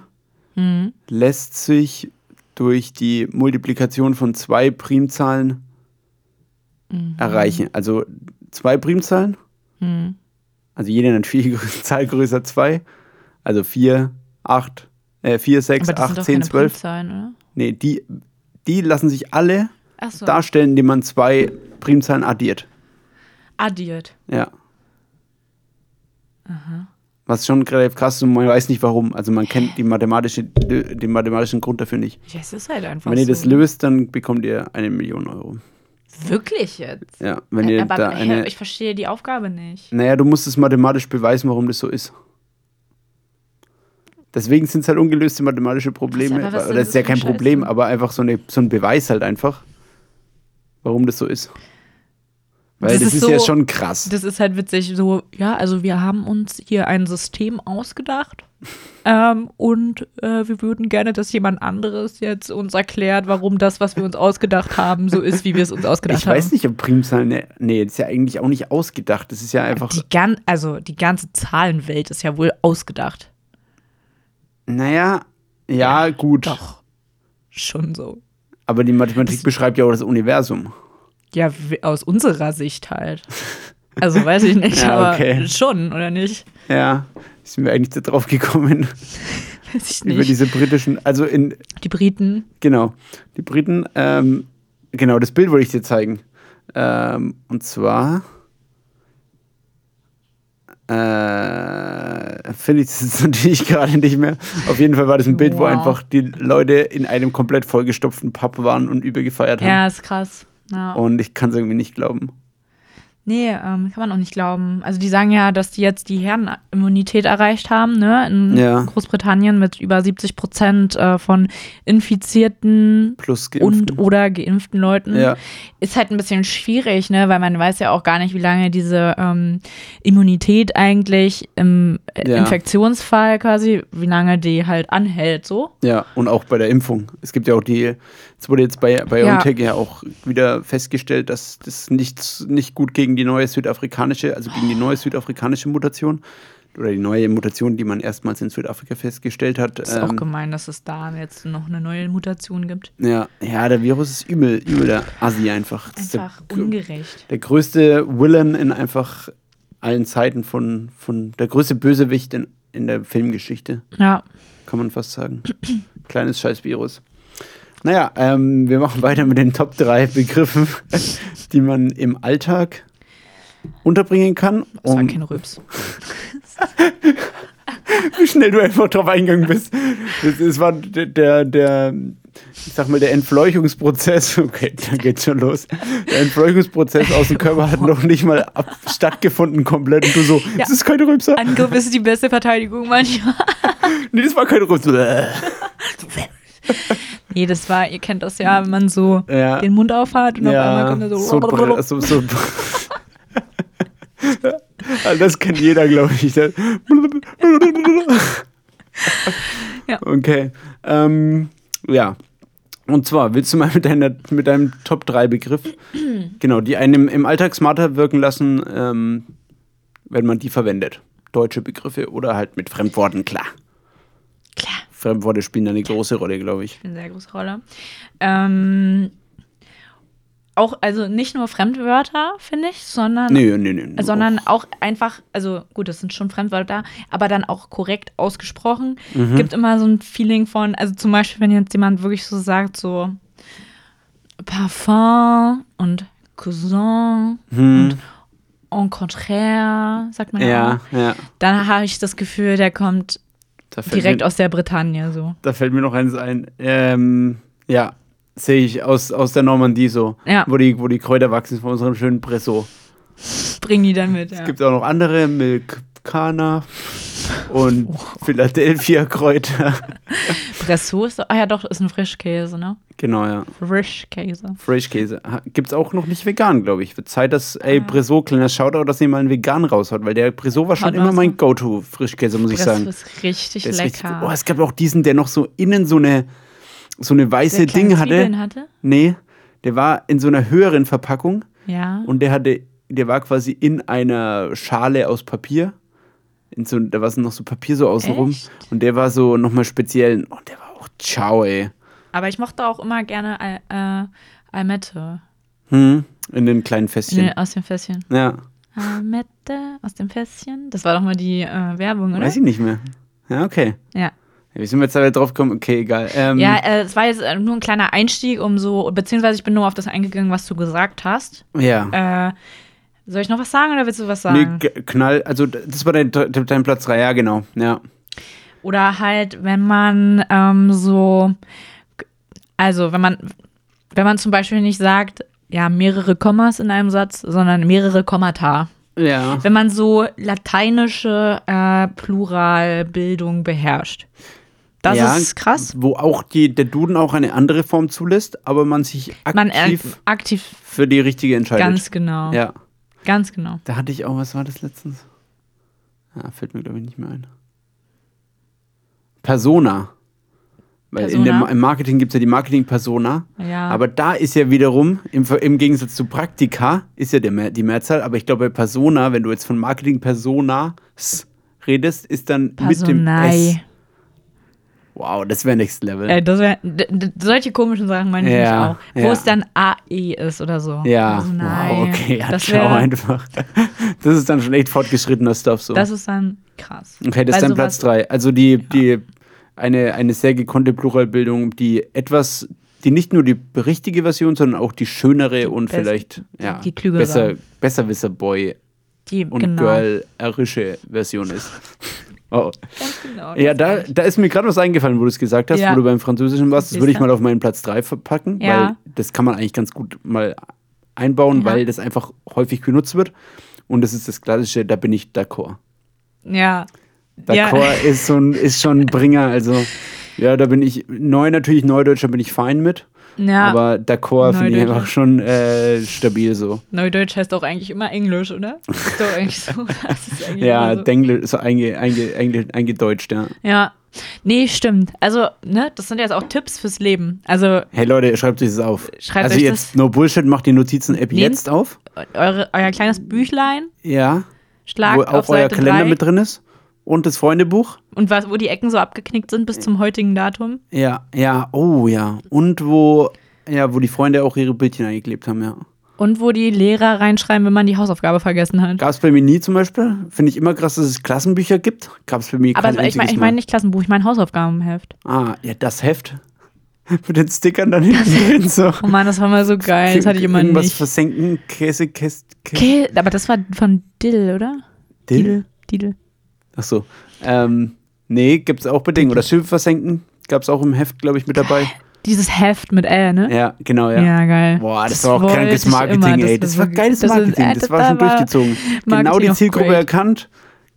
Speaker 2: Hm?
Speaker 1: lässt sich durch die Multiplikation von zwei Primzahlen erreichen. Also zwei Primzahlen,
Speaker 2: Mhm. Hm?
Speaker 1: also jede natürliche Grö- Zahl größer 2, also 4, 8, äh, 4, 6,
Speaker 2: Aber das sind
Speaker 1: 8,
Speaker 2: doch
Speaker 1: 10,
Speaker 2: keine
Speaker 1: 12.
Speaker 2: Primzahlen, oder?
Speaker 1: Nee, die, die lassen sich alle
Speaker 2: Ach so.
Speaker 1: darstellen, indem man zwei Primzahlen addiert.
Speaker 2: Addiert.
Speaker 1: Ja. Was schon relativ krass ist und man weiß nicht warum. Also man kennt die mathematische, den mathematischen Grund dafür nicht.
Speaker 2: Ja, es ist halt einfach
Speaker 1: Wenn ihr
Speaker 2: so.
Speaker 1: das löst, dann bekommt ihr eine Million Euro.
Speaker 2: Wirklich jetzt?
Speaker 1: Ja, wenn ihr
Speaker 2: Aber
Speaker 1: da
Speaker 2: hä,
Speaker 1: eine.
Speaker 2: ich verstehe die Aufgabe nicht.
Speaker 1: Naja, du musst es mathematisch beweisen, warum das so ist. Deswegen sind es halt ungelöste mathematische Probleme.
Speaker 2: aber was
Speaker 1: Oder
Speaker 2: soll
Speaker 1: das ist ja
Speaker 2: das für
Speaker 1: kein
Speaker 2: ein
Speaker 1: Problem,
Speaker 2: Scheiß?
Speaker 1: aber einfach so, eine, so ein Beweis halt einfach, warum das so ist. Weil
Speaker 2: Das
Speaker 1: das,
Speaker 2: ist
Speaker 1: ist
Speaker 2: so-
Speaker 1: ja schon krass.
Speaker 2: Das ist halt witzig, so, ja, also wir haben uns hier ein System ausgedacht ähm, und äh, wir würden gerne, dass jemand anderes jetzt uns erklärt, warum das, was wir uns ausgedacht haben, so ist, wie wir es uns ausgedacht
Speaker 1: Ich
Speaker 2: haben.
Speaker 1: weiß nicht, ob Primzahlen. Ne, nee, das ist ja eigentlich auch nicht ausgedacht. Das ist ja einfach.
Speaker 2: Die gan also die ganze Zahlenwelt ist ja wohl ausgedacht.
Speaker 1: Naja, ja, gut.
Speaker 2: Doch, schon so.
Speaker 1: Aber die Mathematik beschreibt ja auch das Universum.
Speaker 2: Ja, w- aus unserer Sicht halt. Also weiß ich nicht,
Speaker 1: Ja,
Speaker 2: aber
Speaker 1: okay.
Speaker 2: schon, oder nicht?
Speaker 1: Ja, sind wir eigentlich da drauf gekommen.
Speaker 2: Weiß ich
Speaker 1: Über
Speaker 2: nicht.
Speaker 1: diese britischen. Also in.
Speaker 2: die Briten
Speaker 1: Genau. Die Briten. Ähm, genau, das Bild wollte ich dir zeigen. Ähm, und zwar. Äh, finde ich das jetzt natürlich gerade nicht mehr. Auf jeden Fall war das ein Bild, wo
Speaker 2: Wow.
Speaker 1: einfach die Leute in einem komplett vollgestopften Pub waren und übergefeiert haben.
Speaker 2: Ja, ist krass. Ja.
Speaker 1: Und ich kann es irgendwie nicht glauben.
Speaker 2: Nee, ähm, kann man auch nicht glauben. Also die sagen ja, dass die jetzt die Herdenimmunität erreicht haben, ne? In
Speaker 1: Ja.
Speaker 2: Großbritannien mit über 70 Prozent äh, von infizierten
Speaker 1: Plus geimpft.
Speaker 2: und oder geimpften Leuten.
Speaker 1: Ja.
Speaker 2: Ist halt ein bisschen schwierig, ne? Weil man weiß ja auch gar nicht, wie lange diese ähm, Immunität eigentlich im äh,
Speaker 1: Ja.
Speaker 2: Infektionsfall quasi, wie lange die halt anhält, so.
Speaker 1: Ja, und auch bei der Impfung. Es gibt ja auch die, es wurde jetzt bei BioNTech ja, auch wieder festgestellt, dass das nicht, nicht gut gegen die neue südafrikanische, also gegen die neue südafrikanische Mutation oder die neue Mutation, die man erstmals in Südafrika festgestellt hat. ähm,
Speaker 2: Ist auch gemein, dass es da jetzt noch eine neue Mutation gibt.
Speaker 1: ja, ja, der Virus ist übel, übel der Assi einfach. Das ist der
Speaker 2: Einfach
Speaker 1: gr-
Speaker 2: ungerecht.
Speaker 1: der größte Villain in einfach allen Zeiten von, von der größte Bösewicht in, in der Filmgeschichte.
Speaker 2: Ja.
Speaker 1: kann man fast sagen. Kleines Scheißvirus. Naja, ähm, wir machen weiter mit den Top 3 Begriffen, die man im Alltag unterbringen kann.
Speaker 2: Das war
Speaker 1: um-
Speaker 2: kein Rübs.
Speaker 1: wie schnell du einfach drauf eingegangen bist. Das, das war der, der, der, ich sag mal, der Entfleuchungsprozess. Okay, da geht's schon los. Der Entfleuchungsprozess aus dem Körper hat noch nicht mal ab, stattgefunden komplett. Und du so, das ist kein Rübser.
Speaker 2: Angriff ist die beste Verteidigung manchmal.
Speaker 1: Nee, das war kein Rübser.
Speaker 2: Nee, das war, ihr kennt das ja, wenn man so
Speaker 1: Ja.
Speaker 2: den Mund aufhat und auf einmal kommt er so.
Speaker 1: Brill- so, so Also das kennt jeder, glaube ich. Das-
Speaker 2: Ja.
Speaker 1: Okay. Ähm, ja. Und zwar, willst du mal mit, deiner, mit deinem Top 3 Begriff, genau, die einen im, im Alltag smarter wirken lassen, ähm, wenn man die verwendet? Deutsche Begriffe oder halt mit Fremdworten, klar.
Speaker 2: Klar,
Speaker 1: Fremdworte spielen da eine große Rolle, glaube ich.
Speaker 2: eine sehr große Rolle. Ähm, auch, also nicht nur Fremdwörter, finde ich, sondern,
Speaker 1: Nö, nö, nö. nö.
Speaker 2: sondern auch einfach, also gut, das sind schon Fremdwörter, aber dann auch korrekt ausgesprochen.
Speaker 1: Mhm.
Speaker 2: Gibt immer so ein Feeling von, also zum Beispiel, wenn jetzt jemand wirklich so sagt, so Parfum und Cousin und en contraire, sagt man ja. auch.
Speaker 1: Mhm. Ja, ja.
Speaker 2: Dann habe ich das Gefühl, der kommt
Speaker 1: Da fällt
Speaker 2: direkt
Speaker 1: mir-
Speaker 2: aus der Bretagne so.
Speaker 1: Da fällt mir noch eins ein. Ähm, ja, sehe ich aus, aus der Normandie so.
Speaker 2: Ja.
Speaker 1: Wo, die, wo die Kräuter wachsen von unserem schönen Presso.
Speaker 2: Bring die dann mit. Ja.
Speaker 1: Es gibt auch noch andere, Milkana und Philadelphia-Kräuter.
Speaker 2: Presso ist, ah ja doch, ist ein Frischkäse, ne?
Speaker 1: genau, ja.
Speaker 2: Frischkäse.
Speaker 1: Frischkäse. Ha- Gibt's auch noch nicht vegan, glaube ich. Wird Zeit, dass,
Speaker 2: Ah.
Speaker 1: ey, Bresso, kleiner Shoutout, dass ihr mal einen vegan raushaut, weil der Bresso war schon
Speaker 2: Haut
Speaker 1: immer
Speaker 2: raus,
Speaker 1: mein
Speaker 2: ne?
Speaker 1: Go-To-Frischkäse, muss ich
Speaker 2: Presso
Speaker 1: sagen.
Speaker 2: ist richtig
Speaker 1: Der ist richtig oh, gut.
Speaker 2: lecker.
Speaker 1: oh, es gab auch diesen, der noch so innen so eine, so eine weiße
Speaker 2: Der kleine
Speaker 1: Ding hatte.
Speaker 2: Zwiebeln hatte?
Speaker 1: Nee, der war in so einer höheren Verpackung
Speaker 2: Ja.
Speaker 1: und der hatte, der war quasi in einer Schale aus Papier. In so, da war so noch so Papier so außenrum.
Speaker 2: Echt?
Speaker 1: Und der war so nochmal speziell. Und der war auch ciao, ey.
Speaker 2: Aber ich mochte auch immer gerne Al äh, Almette.
Speaker 1: Hm, in den kleinen
Speaker 2: In
Speaker 1: Fässchen.
Speaker 2: den, aus dem Fässchen.
Speaker 1: Ja,
Speaker 2: Almette aus dem Fässchen. Das war doch mal die äh, Werbung, oder?
Speaker 1: weiß ich nicht mehr. Ja, okay.
Speaker 2: Ja.
Speaker 1: Ja, Wie sind wir jetzt da drauf gekommen? Okay, egal. Ähm,
Speaker 2: Ja, äh, es war jetzt äh, nur ein kleiner Einstieg, um so, beziehungsweise ich bin nur auf das eingegangen, was du gesagt hast.
Speaker 1: ja.
Speaker 2: Äh, soll ich noch was sagen oder willst du was
Speaker 1: Nee,
Speaker 2: sagen?
Speaker 1: g- knall. Also, d- das war dein, dein Platz 3, ja, genau. Ja.
Speaker 2: Oder halt, wenn man ähm, so, also wenn man, wenn man zum Beispiel nicht sagt, ja, mehrere Kommas in einem Satz, sondern mehrere Kommata.
Speaker 1: Ja.
Speaker 2: Wenn man so lateinische äh, Pluralbildung beherrscht. Das
Speaker 1: ja,
Speaker 2: ist krass.
Speaker 1: Wo auch die, der Duden auch eine andere Form zulässt, aber man sich aktiv
Speaker 2: Man äh, aktiv,
Speaker 1: für die richtige entscheidet.
Speaker 2: ganz genau.
Speaker 1: Ja.
Speaker 2: Ganz genau.
Speaker 1: Da hatte ich auch, was war das letztens? Ja, fällt mir, glaube ich, nicht mehr ein. Persona. Weil In
Speaker 2: Persona?
Speaker 1: der, Ma- im Marketing gibt es ja die Marketing-Persona.
Speaker 2: Ja.
Speaker 1: Aber da ist ja wiederum, im, Ver- im Gegensatz zu Praktika, ist ja der, Mehr- die Mehrzahl. Aber ich glaube, bei Persona, wenn du jetzt von Marketing-Personas redest, ist dann mit dem S.
Speaker 2: Personei.
Speaker 1: Wow, das wäre Next Level.
Speaker 2: Äh, das wär, d- d- solche komischen Sachen meine ich
Speaker 1: Ja,
Speaker 2: nicht auch. Wo
Speaker 1: ja.
Speaker 2: es dann AE ist oder so.
Speaker 1: ja,
Speaker 2: Personei.
Speaker 1: wow, okay, ja,
Speaker 2: das,
Speaker 1: ciao
Speaker 2: wär,
Speaker 1: einfach. Das ist dann schon echt fortgeschrittener Stuff so.
Speaker 2: das ist dann krass.
Speaker 1: Okay, das ist
Speaker 2: Weil
Speaker 1: dann Platz
Speaker 2: sowas-
Speaker 1: 3. Also die, die eine, eine sehr gekonnte Pluralbildung, die etwas, die nicht nur die richtige Version, sondern auch die schönere und
Speaker 2: best-
Speaker 1: vielleicht ja,
Speaker 2: die klügere.
Speaker 1: besser, besserwisser Boy
Speaker 2: Die,
Speaker 1: und
Speaker 2: genau.
Speaker 1: Girl-erische Version ist. Oh.
Speaker 2: Ganz genau,
Speaker 1: Ja,
Speaker 2: das
Speaker 1: da,
Speaker 2: meine ich.
Speaker 1: da ist mir gerade was eingefallen, wo du es gesagt hast,
Speaker 2: Ja.
Speaker 1: wo du beim Französischen warst. Das würde ich
Speaker 2: Siehste.
Speaker 1: mal auf meinen Platz 3 verpacken,
Speaker 2: Ja.
Speaker 1: weil das kann man eigentlich ganz gut mal einbauen,
Speaker 2: Ja.
Speaker 1: weil das einfach häufig genutzt wird. Und das ist das klassische, da bin ich d'accord.
Speaker 2: Ja. Ja.
Speaker 1: D'accord ist, so ein, ist schon ein Bringer. Also, ja, da bin ich neu, natürlich Neudeutscher bin ich fein mit.
Speaker 2: Ja.
Speaker 1: Aber D'accord finde ich
Speaker 2: Neudeutscher.
Speaker 1: einfach schon äh, stabil so.
Speaker 2: Neudeutsch heißt auch eigentlich immer Englisch, oder? Ist doch eigentlich so. Das ist eigentlich
Speaker 1: Ja,
Speaker 2: immer so.
Speaker 1: Denglisch, so einge, einge, einge, eingedeutscht, ja.
Speaker 2: ja. Nee, stimmt. Also, ne, das sind jetzt auch Tipps fürs Leben. Also,
Speaker 1: Hey Leute, schreibt euch das auf.
Speaker 2: Schreibt
Speaker 1: also
Speaker 2: euch
Speaker 1: jetzt,
Speaker 2: das-
Speaker 1: no Bullshit, macht die Notizen-App
Speaker 2: Nehmt-
Speaker 1: jetzt auf.
Speaker 2: eure, euer kleines Büchlein
Speaker 1: Ja.
Speaker 2: schlagt
Speaker 1: wo
Speaker 2: auf
Speaker 1: auch euer
Speaker 2: Seite
Speaker 1: Kalender
Speaker 2: 3
Speaker 1: mit drin ist. Und das Freundebuch.
Speaker 2: und was, wo die Ecken so abgeknickt sind bis zum heutigen Datum.
Speaker 1: Ja, ja, oh ja. Und wo, ja, wo die Freunde auch ihre Bildchen eingeklebt haben, ja.
Speaker 2: Und wo die Lehrer reinschreiben, wenn man die Hausaufgabe vergessen hat.
Speaker 1: Gab es bei mir nie zum Beispiel. Finde ich immer krass, dass es Klassenbücher gibt. Gab es bei mir kein
Speaker 2: Aber ich meine
Speaker 1: einziges
Speaker 2: ich mein nicht Klassenbuch, ich meine Hausaufgabenheft.
Speaker 1: Mal. Ah, ja, das Heft. Mit den Stickern dann hinten drin. So.
Speaker 2: Oh Mann, das war mal so geil. Das hatte ich immer
Speaker 1: Irgendwas
Speaker 2: nicht.
Speaker 1: versenken, Käse, Käse, Käse.
Speaker 2: Okay, aber das war von Dill, oder?
Speaker 1: Dill?
Speaker 2: Dill.
Speaker 1: Achso. Ähm, nee, gibt es auch bei Dingen. Oder Schiff versenken. Gab es auch im Heft, glaube ich, mit dabei.
Speaker 2: Dieses Heft mit L, ne?
Speaker 1: Ja, genau, ja.
Speaker 2: Ja, geil.
Speaker 1: Boah, das, war auch
Speaker 2: wollte
Speaker 1: krankes
Speaker 2: ich
Speaker 1: Marketing,
Speaker 2: immer.
Speaker 1: ey. Das war
Speaker 2: wirklich-
Speaker 1: geiles
Speaker 2: das ist-
Speaker 1: Marketing.
Speaker 2: äh,
Speaker 1: Das, war schon durchgezogen. Genau
Speaker 2: Marketing
Speaker 1: die
Speaker 2: of
Speaker 1: Zielgruppe
Speaker 2: great.
Speaker 1: erkannt,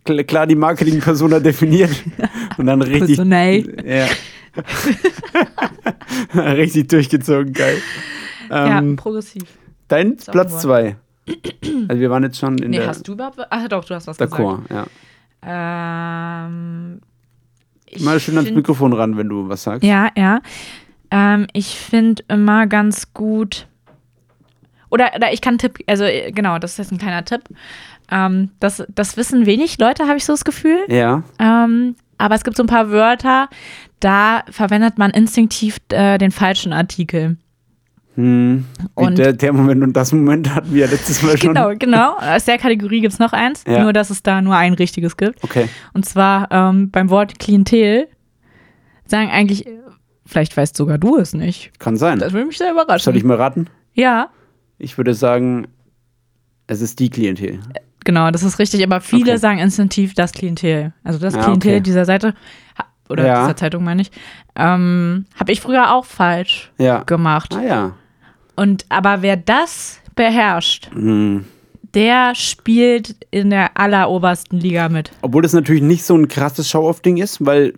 Speaker 1: kl- klar die Marketing-Persona definiert und dann richtig.
Speaker 2: Personell.
Speaker 1: Ja. richtig durchgezogen, geil.
Speaker 2: Ja,
Speaker 1: Ähm,
Speaker 2: progressiv.
Speaker 1: Dein
Speaker 2: auch
Speaker 1: Platz
Speaker 2: ein
Speaker 1: 2. Also wir waren jetzt schon in
Speaker 2: Nee,
Speaker 1: der
Speaker 2: hast du überhaupt. Ach doch, du hast was gesagt.
Speaker 1: D'accord, ja.
Speaker 2: Ähm, ich
Speaker 1: Mal schön ans
Speaker 2: find-
Speaker 1: Mikrofon ran, wenn du was sagst.
Speaker 2: Ja, ja. Ähm, ich finde immer ganz gut. Oder, oder ich kann Tipp, also äh, genau, das ist jetzt ein kleiner Tipp. Ähm, das, das wissen wenig Leute, habe ich so das Gefühl.
Speaker 1: Ja.
Speaker 2: Ähm, aber es gibt so ein paar Wörter, da verwendet man instinktiv äh, den falschen Artikel.
Speaker 1: Hm. Wie
Speaker 2: Und-
Speaker 1: der, der Moment und das Moment hatten wir ja letztes Mal schon.
Speaker 2: Genau, genau. Aus der Kategorie gibt es noch eins,
Speaker 1: Ja.
Speaker 2: nur dass es da nur ein richtiges gibt.
Speaker 1: Okay.
Speaker 2: Und zwar ähm, beim Wort Klientel sagen eigentlich, äh, vielleicht weißt sogar du es nicht.
Speaker 1: Kann sein.
Speaker 2: Das würde mich sehr überraschen.
Speaker 1: Soll ich mal raten?
Speaker 2: ja,
Speaker 1: Ich würde sagen, es ist die Klientel.
Speaker 2: Genau, das ist richtig, aber viele
Speaker 1: Okay.
Speaker 2: sagen instinktiv das Klientel. Also das
Speaker 1: Ah,
Speaker 2: Klientel
Speaker 1: okay.
Speaker 2: dieser Seite, ha- oder
Speaker 1: Ja.
Speaker 2: dieser Zeitung meine ich, ähm, habe ich früher auch falsch
Speaker 1: Ja.
Speaker 2: gemacht.
Speaker 1: Ah ja.
Speaker 2: Und aber wer das beherrscht,
Speaker 1: Hm.
Speaker 2: der spielt in der allerobersten Liga mit.
Speaker 1: Obwohl das natürlich nicht so ein krasses Show-Off-Ding ist, weil,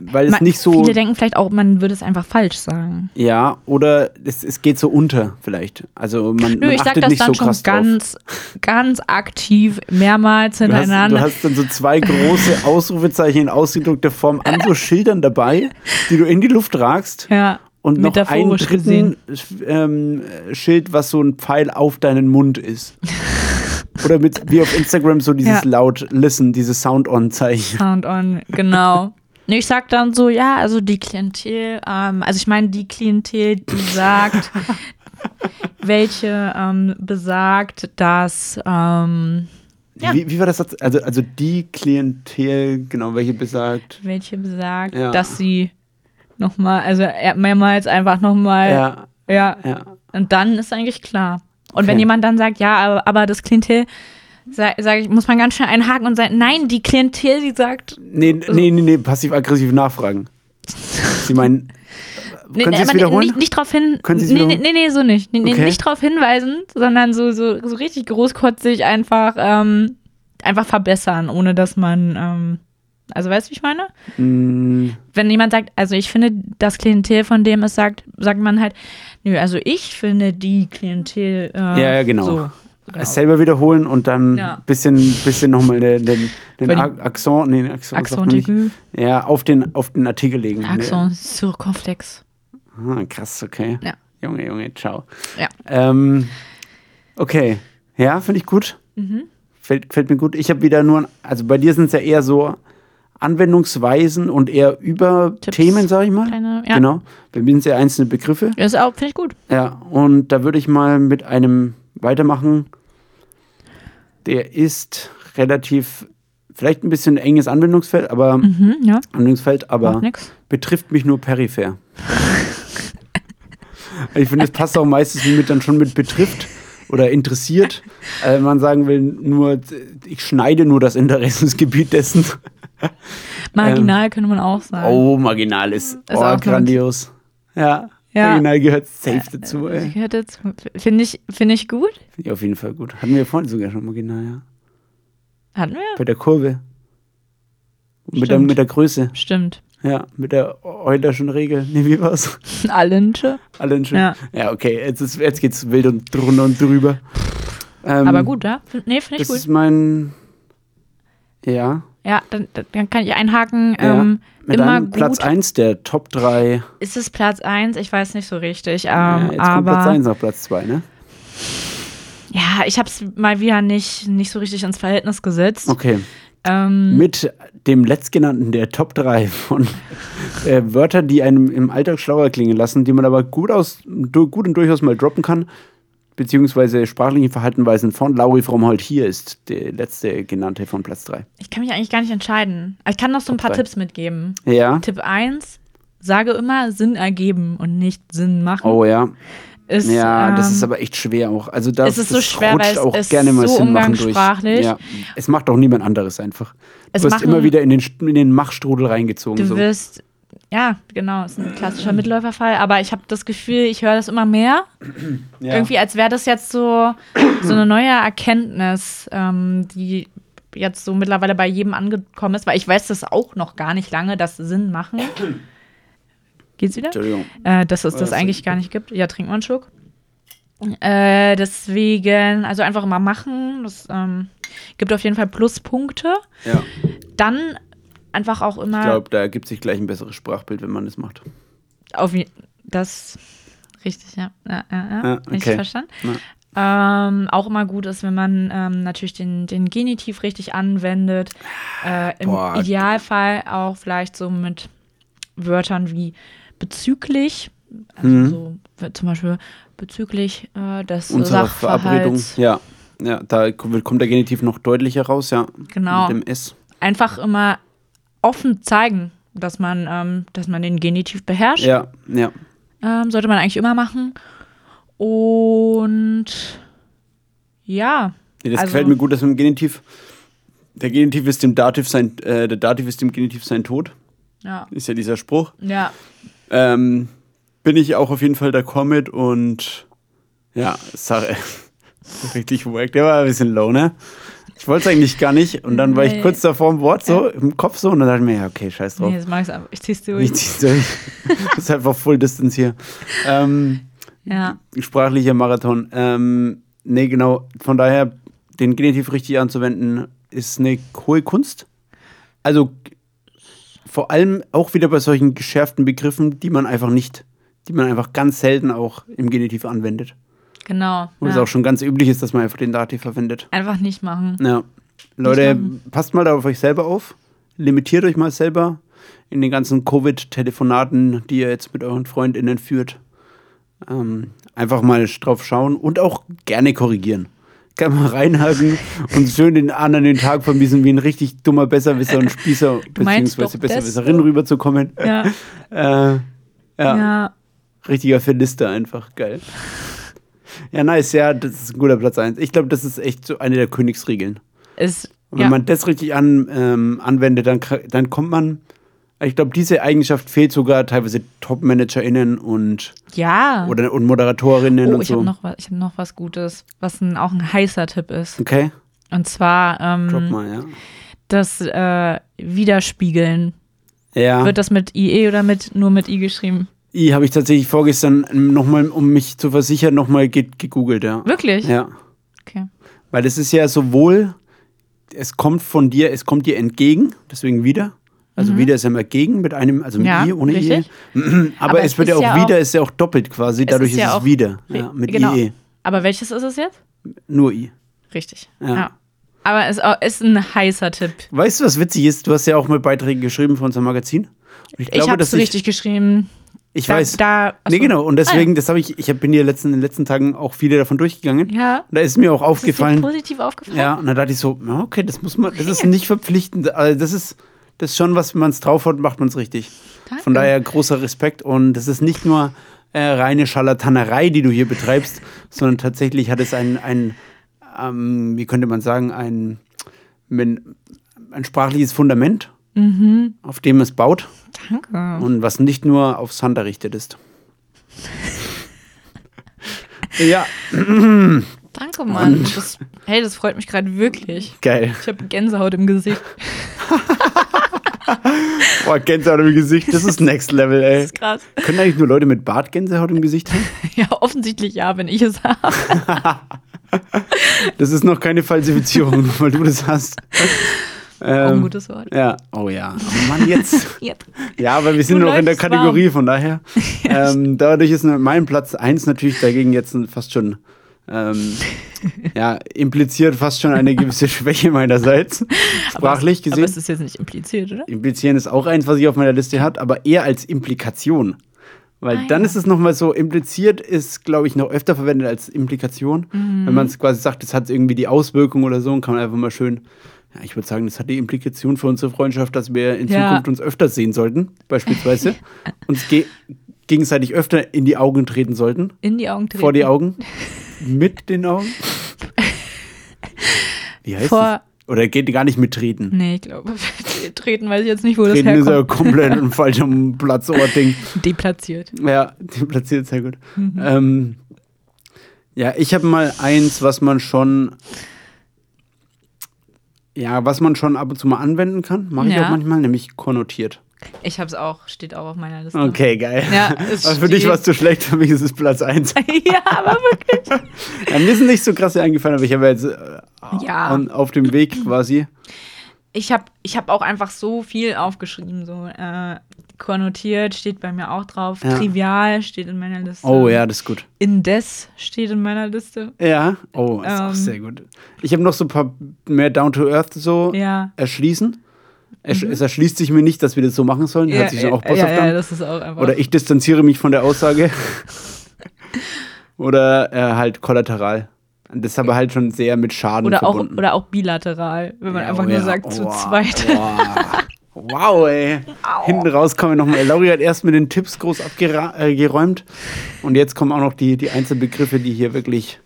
Speaker 1: weil es
Speaker 2: Man-
Speaker 1: nicht so.
Speaker 2: Viele denken vielleicht auch, man würde es einfach falsch sagen.
Speaker 1: Ja, oder es, es geht so unter vielleicht. Also man,
Speaker 2: Nö,
Speaker 1: man
Speaker 2: ich sag
Speaker 1: achtet
Speaker 2: das
Speaker 1: nicht
Speaker 2: dann
Speaker 1: so
Speaker 2: schon
Speaker 1: krass drauf.
Speaker 2: ganz, ganz aktiv mehrmals
Speaker 1: Du hast,
Speaker 2: hintereinander.
Speaker 1: du hast dann so zwei große Ausrufezeichen in ausgedruckter Form an so Schildern dabei, die du in die Luft ragst.
Speaker 2: ja.
Speaker 1: und noch ein
Speaker 2: Metaphorisch
Speaker 1: dritten ähm, Schild, was so ein Pfeil auf deinen Mund ist. Oder mit, wie auf Instagram so dieses
Speaker 2: Ja.
Speaker 1: laut Listen, dieses Sound-On-Zeichen.
Speaker 2: Sound on, genau. Nee, ich sag dann so, ja, also die Klientel, ähm, also ich meine die Klientel, die sagt, welche ähm, besagt, dass ähm, Ja.
Speaker 1: Wie, wie war das? Satz? Also, also die Klientel, genau, welche besagt.
Speaker 2: welche besagt,
Speaker 1: Ja.
Speaker 2: dass sie nochmal, also er- mehrmals einfach nochmal, ja.
Speaker 1: Ja,
Speaker 2: ja.
Speaker 1: ja.
Speaker 2: Und dann ist eigentlich klar. Und wenn
Speaker 1: Okay.
Speaker 2: jemand dann sagt, ja, aber, aber das Klientel, sage sag ich, muss man ganz schnell einhaken und sagen, nein, die Klientel, die sagt,
Speaker 1: Nee, nee, nee, nee passiv-aggressiv nachfragen. Sie meinen,
Speaker 2: Nee,
Speaker 1: Können Sie
Speaker 2: nee,
Speaker 1: es
Speaker 2: aber
Speaker 1: wiederholen?
Speaker 2: Nicht, nicht drauf hin.
Speaker 1: Können Sie es
Speaker 2: nee, nee,
Speaker 1: wiederholen?
Speaker 2: nee, nee, so nicht. Nee, nee,
Speaker 1: Okay.
Speaker 2: Nicht drauf hinweisen, sondern so, so, so richtig großkotzig einfach, ähm, einfach verbessern, ohne dass man. Ähm, also, weißt du, wie ich meine?
Speaker 1: mm,
Speaker 2: Wenn jemand sagt, also ich finde, das Klientel, von dem es sagt, sagt man halt, nö, also ich finde die Klientel. Äh,
Speaker 1: Ja, ja, genau.
Speaker 2: So.
Speaker 1: es selber wiederholen und dann
Speaker 2: Ja.
Speaker 1: bisschen, bisschen nochmal den, den, den
Speaker 2: Weil die-
Speaker 1: Ac- Accent, nee, den Accent, sagt
Speaker 2: Axon
Speaker 1: man nicht.
Speaker 2: aigu,
Speaker 1: Ja, auf den, auf den Artikel legen.
Speaker 2: Axon circonflex.
Speaker 1: Nee. Ah, krass, okay.
Speaker 2: Ja.
Speaker 1: Junge, Junge, ciao.
Speaker 2: Ja.
Speaker 1: Ähm, okay. Ja, finde ich gut.
Speaker 2: Mhm.
Speaker 1: Fällt, fällt mir gut. Ich habe wieder nur, also bei dir sind es ja eher so Anwendungsweisen und eher über
Speaker 2: Tipps.
Speaker 1: Themen, sage ich mal.
Speaker 2: Kleine- ja.
Speaker 1: Genau. Bei mir sind es ja einzelne Begriffe.
Speaker 2: Ist auch, finde ich gut.
Speaker 1: Ja, und da würde ich mal mit einem weitermachen. Der ist relativ, vielleicht ein bisschen enges Anwendungsfeld, aber
Speaker 2: Mhm, ja,
Speaker 1: Anwendungsfeld, aber
Speaker 2: macht nix.
Speaker 1: betrifft mich nur peripher. ich finde, es passt auch meistens mit dann schon mit betrifft oder interessiert. Äh, wenn man sagen will, nur ich schneide nur das Interessensgebiet dessen.
Speaker 2: Marginal könnte man auch sagen.
Speaker 1: Ähm, Oh, marginal ist,
Speaker 2: Ist
Speaker 1: oh,
Speaker 2: auch gut.
Speaker 1: grandios. Ja,
Speaker 2: Ja.
Speaker 1: marginal gehört safe dazu.
Speaker 2: Also Ich
Speaker 1: Ey.
Speaker 2: gehört dazu. Finde ich, finde ich gut.
Speaker 1: Finde ich auf jeden Fall gut. Hatten wir vorhin sogar schon marginal, ja.
Speaker 2: Hatten wir?
Speaker 1: Bei der Kurve. Mit der,
Speaker 2: Stimmt.
Speaker 1: mit der Größe,
Speaker 2: Stimmt.
Speaker 1: ja, mit der Eulerschen Regel. Nee, wie war's?
Speaker 2: Allensche.
Speaker 1: Allen schön.
Speaker 2: Ja.
Speaker 1: Ja, okay, jetzt, ist, jetzt geht's wild und drunter und drüber. Ähm,
Speaker 2: Aber gut, ja? F- Nee, finde ich
Speaker 1: Das
Speaker 2: gut.
Speaker 1: ist mein. Ja,
Speaker 2: Ja, dann, dann- dann kann ich einhaken.
Speaker 1: ja.
Speaker 2: Ähm,
Speaker 1: mit
Speaker 2: immer
Speaker 1: einem
Speaker 2: gut.
Speaker 1: Platz 1 der Top 3.
Speaker 2: Ist es Platz 1? Ich weiß nicht so richtig. Ähm,
Speaker 1: ja, jetzt kommt
Speaker 2: aber
Speaker 1: Platz 1 auf Platz 2, ne?
Speaker 2: ja, ich habe es mal wieder nicht, nicht so richtig ins Verhältnis gesetzt.
Speaker 1: Okay.
Speaker 2: Ähm,
Speaker 1: Mit dem letztgenannten der Top 3 von äh, Wörtern, die einem im Alltag schlauer klingen lassen, die man aber gut, aus, du, gut und durchaus mal droppen kann, beziehungsweise sprachlichen Verhaltenweisen von Lauri Fromhold hier ist der letzte genannte von Platz 3.
Speaker 2: ich kann mich eigentlich gar nicht entscheiden. Ich kann noch so ein paar
Speaker 1: drei.
Speaker 2: Tipps mitgeben.
Speaker 1: Ja.
Speaker 2: Tipp 1, sage immer Sinn ergeben und nicht Sinn machen.
Speaker 1: Oh ja.
Speaker 2: Ist,
Speaker 1: Ja, das
Speaker 2: ähm,
Speaker 1: ist aber echt schwer auch. Also das,
Speaker 2: es ist so
Speaker 1: das
Speaker 2: schwer, weil
Speaker 1: rutscht
Speaker 2: es
Speaker 1: auch
Speaker 2: ist
Speaker 1: gerne mal
Speaker 2: so
Speaker 1: Sinn machen durch.
Speaker 2: umgangssprachlich.
Speaker 1: Ja, es macht auch niemand anderes einfach. Du
Speaker 2: Es
Speaker 1: wirst
Speaker 2: machen-
Speaker 1: immer wieder in den, St- in den Machstrudel reingezogen.
Speaker 2: Du
Speaker 1: so.
Speaker 2: wirst, ja, genau, ist ein klassischer Mitläuferfall, aber ich habe das Gefühl, ich höre das immer mehr.
Speaker 1: ja.
Speaker 2: Irgendwie, als wäre das jetzt so, so eine neue Erkenntnis, ähm, die jetzt so mittlerweile bei jedem angekommen ist, weil ich weiß das auch noch gar nicht lange, dass Sinn machen. Geht's wieder?
Speaker 1: Entschuldigung.
Speaker 2: Äh, dass es
Speaker 1: Oh,
Speaker 2: das
Speaker 1: das ist
Speaker 2: eigentlich
Speaker 1: gut.
Speaker 2: gar nicht gibt. Ja, trink mal einen Schluck. Äh, deswegen, also einfach immer machen. Das ähm, gibt auf jeden Fall Pluspunkte.
Speaker 1: Ja.
Speaker 2: Dann einfach auch immer.
Speaker 1: Ich glaube, da ergibt sich gleich ein besseres Sprachbild, wenn man das macht.
Speaker 2: Auf je- das richtig, ja. ja, ja, ja.
Speaker 1: Ja,
Speaker 2: Richtig
Speaker 1: Ah, okay.
Speaker 2: verstanden. Ähm, auch immer gut ist, wenn man ähm, natürlich den, den Genitiv richtig anwendet. Äh, Im
Speaker 1: Boah.
Speaker 2: Idealfall auch vielleicht so mit Wörtern wie bezüglich, also
Speaker 1: Mhm.
Speaker 2: so w- zum Beispiel bezüglich äh, des
Speaker 1: Unsere Verabredung.
Speaker 2: Sachverhalts.
Speaker 1: Ja. Ja, da kommt kommt der Genitiv noch deutlicher raus, ja.
Speaker 2: Genau.
Speaker 1: Mit dem S.
Speaker 2: Einfach immer offen zeigen, dass man, ähm, dass man den Genitiv beherrscht.
Speaker 1: Ja, ja.
Speaker 2: Ähm, sollte man eigentlich immer machen. Und ja,
Speaker 1: Nee, das
Speaker 2: Also-
Speaker 1: gefällt mir gut, dass mit dem Genitiv. Der Genitiv ist dem Dativ sein, äh, der Dativ ist dem Genitiv sein Tod,
Speaker 2: ja,
Speaker 1: ist ja dieser Spruch.
Speaker 2: ja.
Speaker 1: ähm, bin ich auch auf jeden Fall d'accord mit und ja, sorry. Richtig wack, der war ein bisschen low, ne? Ich wollte es eigentlich gar nicht und dann war
Speaker 2: Nee.
Speaker 1: ich kurz davor im Wort so, im Kopf so und dann dachte ich mir, ja, okay, scheiß drauf.
Speaker 2: Nee, jetzt mach ich's einfach. Ich zieh's durch.
Speaker 1: ich zieh's durch. das ist einfach Full Distance hier. Ähm,
Speaker 2: Ja,
Speaker 1: sprachlicher Marathon. Ähm, nee, genau. Von daher, den Genitiv richtig anzuwenden, ist eine hohe Kunst. Also vor allem auch wieder bei solchen geschärften Begriffen, die man einfach nicht die man einfach ganz selten auch im Genitiv anwendet.
Speaker 2: Genau.
Speaker 1: Und es
Speaker 2: ja.
Speaker 1: auch schon ganz üblich ist, dass man einfach den Dativ verwendet.
Speaker 2: Einfach nicht machen.
Speaker 1: Ja. Leute, passt mal da auf euch selber auf. Limitiert euch mal selber in den ganzen Covid-Telefonaten, die ihr jetzt mit euren FreundInnen führt. Ähm, einfach mal drauf schauen und auch gerne korrigieren. Kann mal reinhaken und schön den anderen den Tag vermiesen, wie ein richtig dummer Besserwisser und Spießer
Speaker 2: meinst
Speaker 1: beziehungsweise
Speaker 2: doch
Speaker 1: Besserwisserin
Speaker 2: desto-
Speaker 1: rüberzukommen.
Speaker 2: Ja.
Speaker 1: Äh,
Speaker 2: ja.
Speaker 1: ja, richtiger Verlister einfach. Geil. Ja, nice. Ja, das ist ein guter Platz eins. Ich glaube, das ist echt so eine der Königsregeln.
Speaker 2: Ist,
Speaker 1: Und wenn
Speaker 2: ja.
Speaker 1: man das richtig an, ähm, anwendet, dann, kr- dann kommt man. Ich glaube, diese Eigenschaft fehlt sogar teilweise Top-ManagerInnen und,
Speaker 2: ja.
Speaker 1: oder, und Moderatorinnen
Speaker 2: Ah. oh,
Speaker 1: und
Speaker 2: ich habe
Speaker 1: so.
Speaker 2: noch, was- ich hab noch was Gutes, was ein, auch ein heißer Tipp ist.
Speaker 1: Okay,
Speaker 2: Und zwar
Speaker 1: drop
Speaker 2: ähm,
Speaker 1: mal, ja.
Speaker 2: das äh, Widerspiegeln.
Speaker 1: Ja,
Speaker 2: Wird das mit IE oder mit nur mit I geschrieben?
Speaker 1: I habe ich tatsächlich vorgestern nochmal, um mich zu versichern, nochmal ge gegoogelt, ja.
Speaker 2: Wirklich?
Speaker 1: Ja,
Speaker 2: Okay.
Speaker 1: weil es ist ja sowohl, es kommt von dir, es kommt dir entgegen, deswegen wieder. Also wieder ist ja immer gegen mit einem, also mit
Speaker 2: Mhm. Ja,
Speaker 1: I, ohne
Speaker 2: richtig.
Speaker 1: I. Aber,
Speaker 2: Aber
Speaker 1: es
Speaker 2: es
Speaker 1: wird ja
Speaker 2: ist
Speaker 1: auch
Speaker 2: ja
Speaker 1: wieder,
Speaker 2: auch-
Speaker 1: ist ja auch doppelt quasi, dadurch ist,
Speaker 2: ja
Speaker 1: es
Speaker 2: auch-
Speaker 1: wieder, ja, mit E
Speaker 2: genau.
Speaker 1: IE,
Speaker 2: Aber welches ist es jetzt?
Speaker 1: nur I.
Speaker 2: Richtig.
Speaker 1: Ja.
Speaker 2: Ja. Aber es au- ist ein heißer Tipp.
Speaker 1: Weißt du, was witzig ist? Du hast ja auch mal Beiträge geschrieben für unser Magazin. Und
Speaker 2: Ich, hab's habe
Speaker 1: dass
Speaker 2: es richtig Ah, geschrieben.
Speaker 1: Ich
Speaker 2: Da-
Speaker 1: weiß.
Speaker 2: Da, achso.
Speaker 1: nee, genau. Und deswegen, das habe ich, ich hab, bin ja letzten, in den letzten Tagen auch viele davon durchgegangen.
Speaker 2: Ja.
Speaker 1: Und da ist mir auch
Speaker 2: Ist dir
Speaker 1: aufgefallen.
Speaker 2: positiv aufgefallen?
Speaker 1: Ja, und da dachte ich so, na, okay, das muss man, das ist nicht verpflichtend. Also das ist, das ist schon was, wenn man es drauf hat, macht man es richtig.
Speaker 2: Danke.
Speaker 1: Von daher großer Respekt. Und das ist nicht nur äh, reine Scharlatanerei, die du hier betreibst, sondern tatsächlich hat es ein, ein ähm, wie könnte man sagen, ein, ein, ein sprachliches Fundament,
Speaker 2: Mhm.
Speaker 1: auf dem es baut
Speaker 2: Danke.
Speaker 1: und was nicht nur auf Sand errichtet ist. ja,
Speaker 2: Danke, Mann. Das, hey, das freut mich gerade wirklich.
Speaker 1: geil.
Speaker 2: Ich habe Gänsehaut im Gesicht.
Speaker 1: Boah, Gänsehaut im Gesicht, das ist Next Level,
Speaker 2: Das
Speaker 1: ey.
Speaker 2: ist krass.
Speaker 1: Können eigentlich nur Leute mit Bart Gänsehaut im Gesicht haben?
Speaker 2: Ja, offensichtlich ja, wenn ich es habe.
Speaker 1: Das ist noch keine Falsifizierung, weil du das hast.
Speaker 2: Auch
Speaker 1: Ähm,
Speaker 2: ein gutes Wort.
Speaker 1: Ja, oh ja. Oh Mann, jetzt.
Speaker 2: Jetzt.
Speaker 1: Ja, aber wir sind
Speaker 2: Du
Speaker 1: noch in der
Speaker 2: läufst
Speaker 1: Kategorie, von daher. Ähm, dadurch ist mein Platz 1 natürlich dagegen jetzt fast schon, ähm, ja, impliziert fast schon eine gewisse Schwäche meinerseits, sprachlich
Speaker 2: Aber
Speaker 1: gesehen.
Speaker 2: es ist jetzt nicht impliziert, oder?
Speaker 1: Implizieren ist auch eins, was ich auf meiner Liste hat, aber eher als Implikation. Weil
Speaker 2: Ah,
Speaker 1: dann
Speaker 2: ja.
Speaker 1: ist es nochmal so, impliziert ist, glaube ich, noch öfter verwendet als Implikation.
Speaker 2: Mhm.
Speaker 1: Wenn man es quasi sagt, es hat irgendwie die Auswirkung oder so, und kann man einfach mal schön, ja, ich würde sagen, das hat die Implikation für unsere Freundschaft, dass wir in
Speaker 2: Ja.
Speaker 1: Zukunft uns öfter sehen sollten, beispielsweise. uns ge gegenseitig öfter in die Augen treten sollten,
Speaker 2: In die Augen treten.
Speaker 1: vor die Augen, mit den Augen. Wie heißt
Speaker 2: Vor-
Speaker 1: das? Oder geht gar nicht mit treten.
Speaker 2: Nee, ich glaube, treten weiß ich jetzt nicht, wo
Speaker 1: Reden
Speaker 2: das
Speaker 1: ist ja
Speaker 2: herkommt.
Speaker 1: komplett ein falscher Platzort-Ding.
Speaker 2: Deplatziert.
Speaker 1: Ja, den platziert sehr gut. Ähm, ja, ich habe mal eins, was man schon. Ja, was man schon ab und zu mal anwenden kann, mache ich
Speaker 2: Ja.
Speaker 1: auch manchmal, nämlich konnotiert.
Speaker 2: Ich habe es auch, steht auch auf meiner Liste.
Speaker 1: Okay, geil.
Speaker 2: Ja, es
Speaker 1: Aber für dich
Speaker 2: steht-
Speaker 1: warst du schlecht, für mich ist es Platz 1.
Speaker 2: ja, aber wirklich.
Speaker 1: Ja, mir sind nicht so krasse eingefallen, aber ich habe jetzt äh,
Speaker 2: Ja.
Speaker 1: on- auf dem Weg quasi.
Speaker 2: Ich habe ich hab auch einfach so viel aufgeschrieben. So äh, konnotiert steht bei mir auch drauf.
Speaker 1: Ja.
Speaker 2: Trivial steht in meiner Liste.
Speaker 1: Oh ja, das ist gut.
Speaker 2: Indes steht in meiner Liste.
Speaker 1: Ja, oh, ist auch
Speaker 2: Ähm.
Speaker 1: sehr gut. Ich habe noch so ein paar mehr Down-to-Earth so
Speaker 2: Ja.
Speaker 1: erschließen. Es, es erschließt sich mir nicht, dass wir das so machen sollen. Hört sich dann auch
Speaker 2: Mhm. ja,
Speaker 1: boshaft
Speaker 2: ja,
Speaker 1: an.
Speaker 2: das ist auch einfach.
Speaker 1: Oder E ich distanziere mich von der Aussage. oder äh, halt kollateral. Das ist aber halt schon sehr mit Schaden
Speaker 2: oder, auch,
Speaker 1: verbunden.
Speaker 2: oder auch bilateral, wenn man
Speaker 1: Ja,
Speaker 2: einfach
Speaker 1: oh
Speaker 2: nur
Speaker 1: ja,
Speaker 2: sagt, zu
Speaker 1: oh,
Speaker 2: zweit.
Speaker 1: oh. Wow, ey. Hinten raus kommen wir nochmal. Lauri hat erst mit den Tipps groß abgeräumt. Und jetzt kommen auch noch die, die Einzelbegriffe, die hier wirklich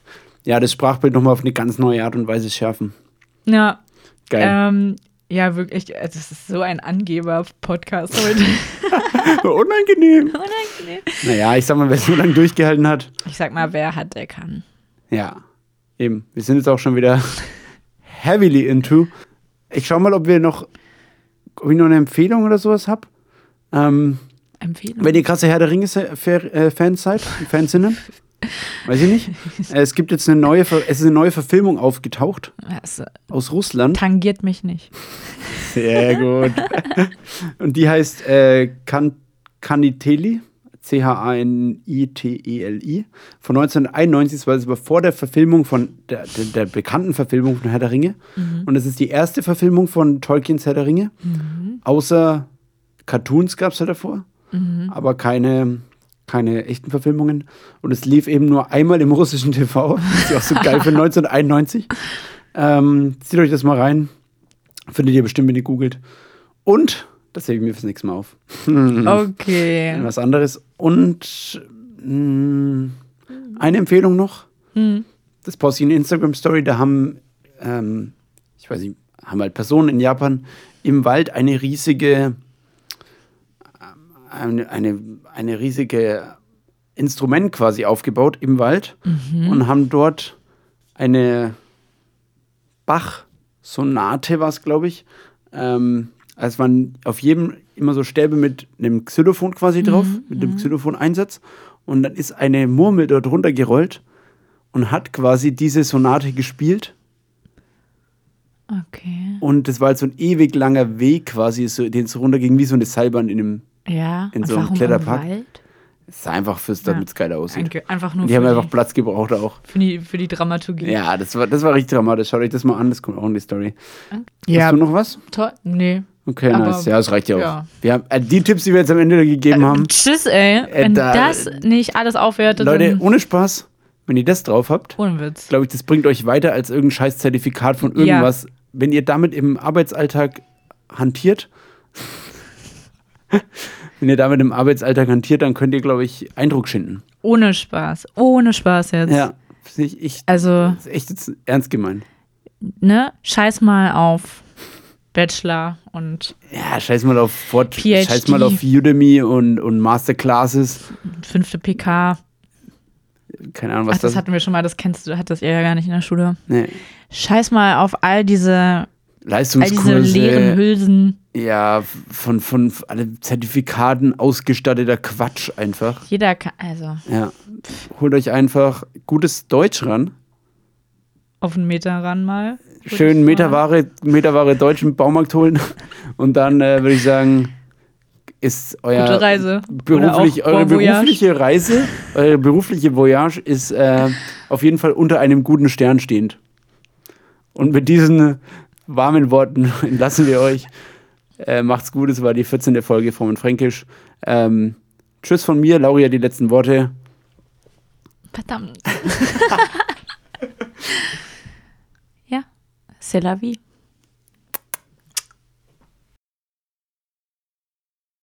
Speaker 1: ja, das Sprachbild nochmal auf eine ganz neue Art und Weise schärfen.
Speaker 2: Ja,
Speaker 1: Geil.
Speaker 2: ähm, ja, wirklich. äh, Das ist so ein Angeber-Podcast heute.
Speaker 1: Unangenehm.
Speaker 2: Unangenehm.
Speaker 1: Naja, ich sag mal, wer so lange durchgehalten hat.
Speaker 2: ich sag mal, wer hat, der kann.
Speaker 1: Ja, eben. Wir sind jetzt auch schon wieder heavily into. Ich schau mal, ob wir noch, ob ich noch eine Empfehlung oder sowas hab. Ähm,
Speaker 2: Empfehlung.
Speaker 1: wenn ihr krasse Herr der Ringe-Fans äh, seid, Fansinnen, weiß ich nicht. Äh, Es gibt jetzt eine neue, Ver es ist eine neue Verfilmung aufgetaucht
Speaker 2: Das
Speaker 1: aus Russland.
Speaker 2: tangiert mich nicht.
Speaker 1: Sehr gut. Und die heißt äh, kan Kaniteli. C-H-A-N-I-T-E-L-I, E von 1991. Das war das war vor der Verfilmung von, der, der, der bekannten Verfilmung von Herr der Ringe. Und es ist die erste Verfilmung von Tolkiens Herr der Ringe. Außer Cartoons gab es ja davor, aber keine, keine echten Verfilmungen. Und es lief eben nur einmal im russischen TV. Das ist ja auch so geil für 1991. Ähm, zieht euch das mal rein. Findet ihr bestimmt, wenn ihr googelt. Und, das hebe ich mir fürs nächste Mal auf.
Speaker 2: Okay.
Speaker 1: Was anderes. Und mh, eine Empfehlung noch. Das poste ich in der Instagram-Story. Da haben, ähm, ich weiß nicht, haben halt Personen in Japan im Wald eine riesige, ähm, eine, eine, eine riesige Instrument quasi aufgebaut im Wald und haben dort eine Bach-Sonate war es, glaube ich. Ähm, also es waren auf jedem immer so Stäbe mit einem Xylophon
Speaker 2: Mhm,
Speaker 1: quasi drauf, mit einem Xylophon-Einsatz. Und dann ist eine Murmel dort runtergerollt und hat quasi diese Sonate gespielt.
Speaker 2: Okay.
Speaker 1: Und das war halt so ein ewig langer Weg quasi, so, den es runterging, wie so eine Seilbahn in einem.
Speaker 2: Ja.
Speaker 1: In
Speaker 2: und
Speaker 1: so einem
Speaker 2: warum im
Speaker 1: Kletterpark.
Speaker 2: Wald?
Speaker 1: Es ist einfach fürs,
Speaker 2: Ja.
Speaker 1: damit es geiler aussieht.
Speaker 2: Danke. Einfach nur
Speaker 1: Und die
Speaker 2: für,
Speaker 1: haben einfach
Speaker 2: die,
Speaker 1: Platz gebraucht auch.
Speaker 2: für, die, für die Dramaturgie.
Speaker 1: Ja, das war, das war richtig dramatisch. Schaut euch das mal an, das kommt auch in die Story.
Speaker 2: Ja.
Speaker 1: Hast du noch was?
Speaker 2: Toll. Nee.
Speaker 1: Okay,
Speaker 2: Aber-
Speaker 1: nice. Ja, das reicht ja auch.
Speaker 2: ja. Äh,
Speaker 1: Wir haben, äh, die Tipps, die wir jetzt am Ende gegeben haben,
Speaker 2: Tschüss, ey. Wenn
Speaker 1: Äh, da-
Speaker 2: das nicht alles aufwertet,
Speaker 1: Leute,
Speaker 2: dann Oh.
Speaker 1: ohne Spaß, wenn ihr das drauf habt,
Speaker 2: ohne Witz.
Speaker 1: glaube ich, das bringt euch weiter als irgendein scheiß Zertifikat von irgendwas. Wenn ihr damit im Arbeitsalltag hantiert, wenn ihr damit im Arbeitsalltag hantiert, dann könnt ihr, glaube ich, Eindruck schinden.
Speaker 2: Ohne Spaß. Ohne Spaß jetzt.
Speaker 1: Ja, ich, ich,
Speaker 2: Also,
Speaker 1: das ist echt jetzt ernst gemeint.
Speaker 2: ne? Scheiß mal auf Bachelor und
Speaker 1: Ja, scheiß mal auf Fort,
Speaker 2: PhD.
Speaker 1: scheiß mal auf Udemy und, und Masterclasses.
Speaker 2: fünfte PK.
Speaker 1: Keine Ahnung, was
Speaker 2: Ach, das
Speaker 1: das
Speaker 2: hatten wir schon mal, das kennst du, hattest ihr ja gar nicht in der Schule.
Speaker 1: Nee.
Speaker 2: Scheiß mal auf all diese, all diese leeren
Speaker 1: Leistungskurse,
Speaker 2: Hülsen.
Speaker 1: ja, von, von alle Zertifikaten ausgestatteter Quatsch einfach.
Speaker 2: Jeder kann, also,
Speaker 1: Ja. Holt euch einfach gutes Deutsch ran.
Speaker 2: auf einen Meter ran mal. würd
Speaker 1: Schön
Speaker 2: ich
Speaker 1: Meterware, Meterware Deutsch im Baumarkt holen. Und dann äh, würde ich sagen, ist euer
Speaker 2: Gute Reise.
Speaker 1: Beruflich,
Speaker 2: Oder auch
Speaker 1: eure
Speaker 2: Bon Voyage.
Speaker 1: berufliche Reise, eure berufliche Voyage ist äh, auf jeden Fall unter einem guten Stern stehend. Und mit diesen warmen Worten entlassen wir euch. Äh, macht's gut, es war die 14. Folge von Fränkisch. Ähm, tschüss von mir, Lauria, die letzten Worte.
Speaker 2: Verdammt. ja, c'est la vie.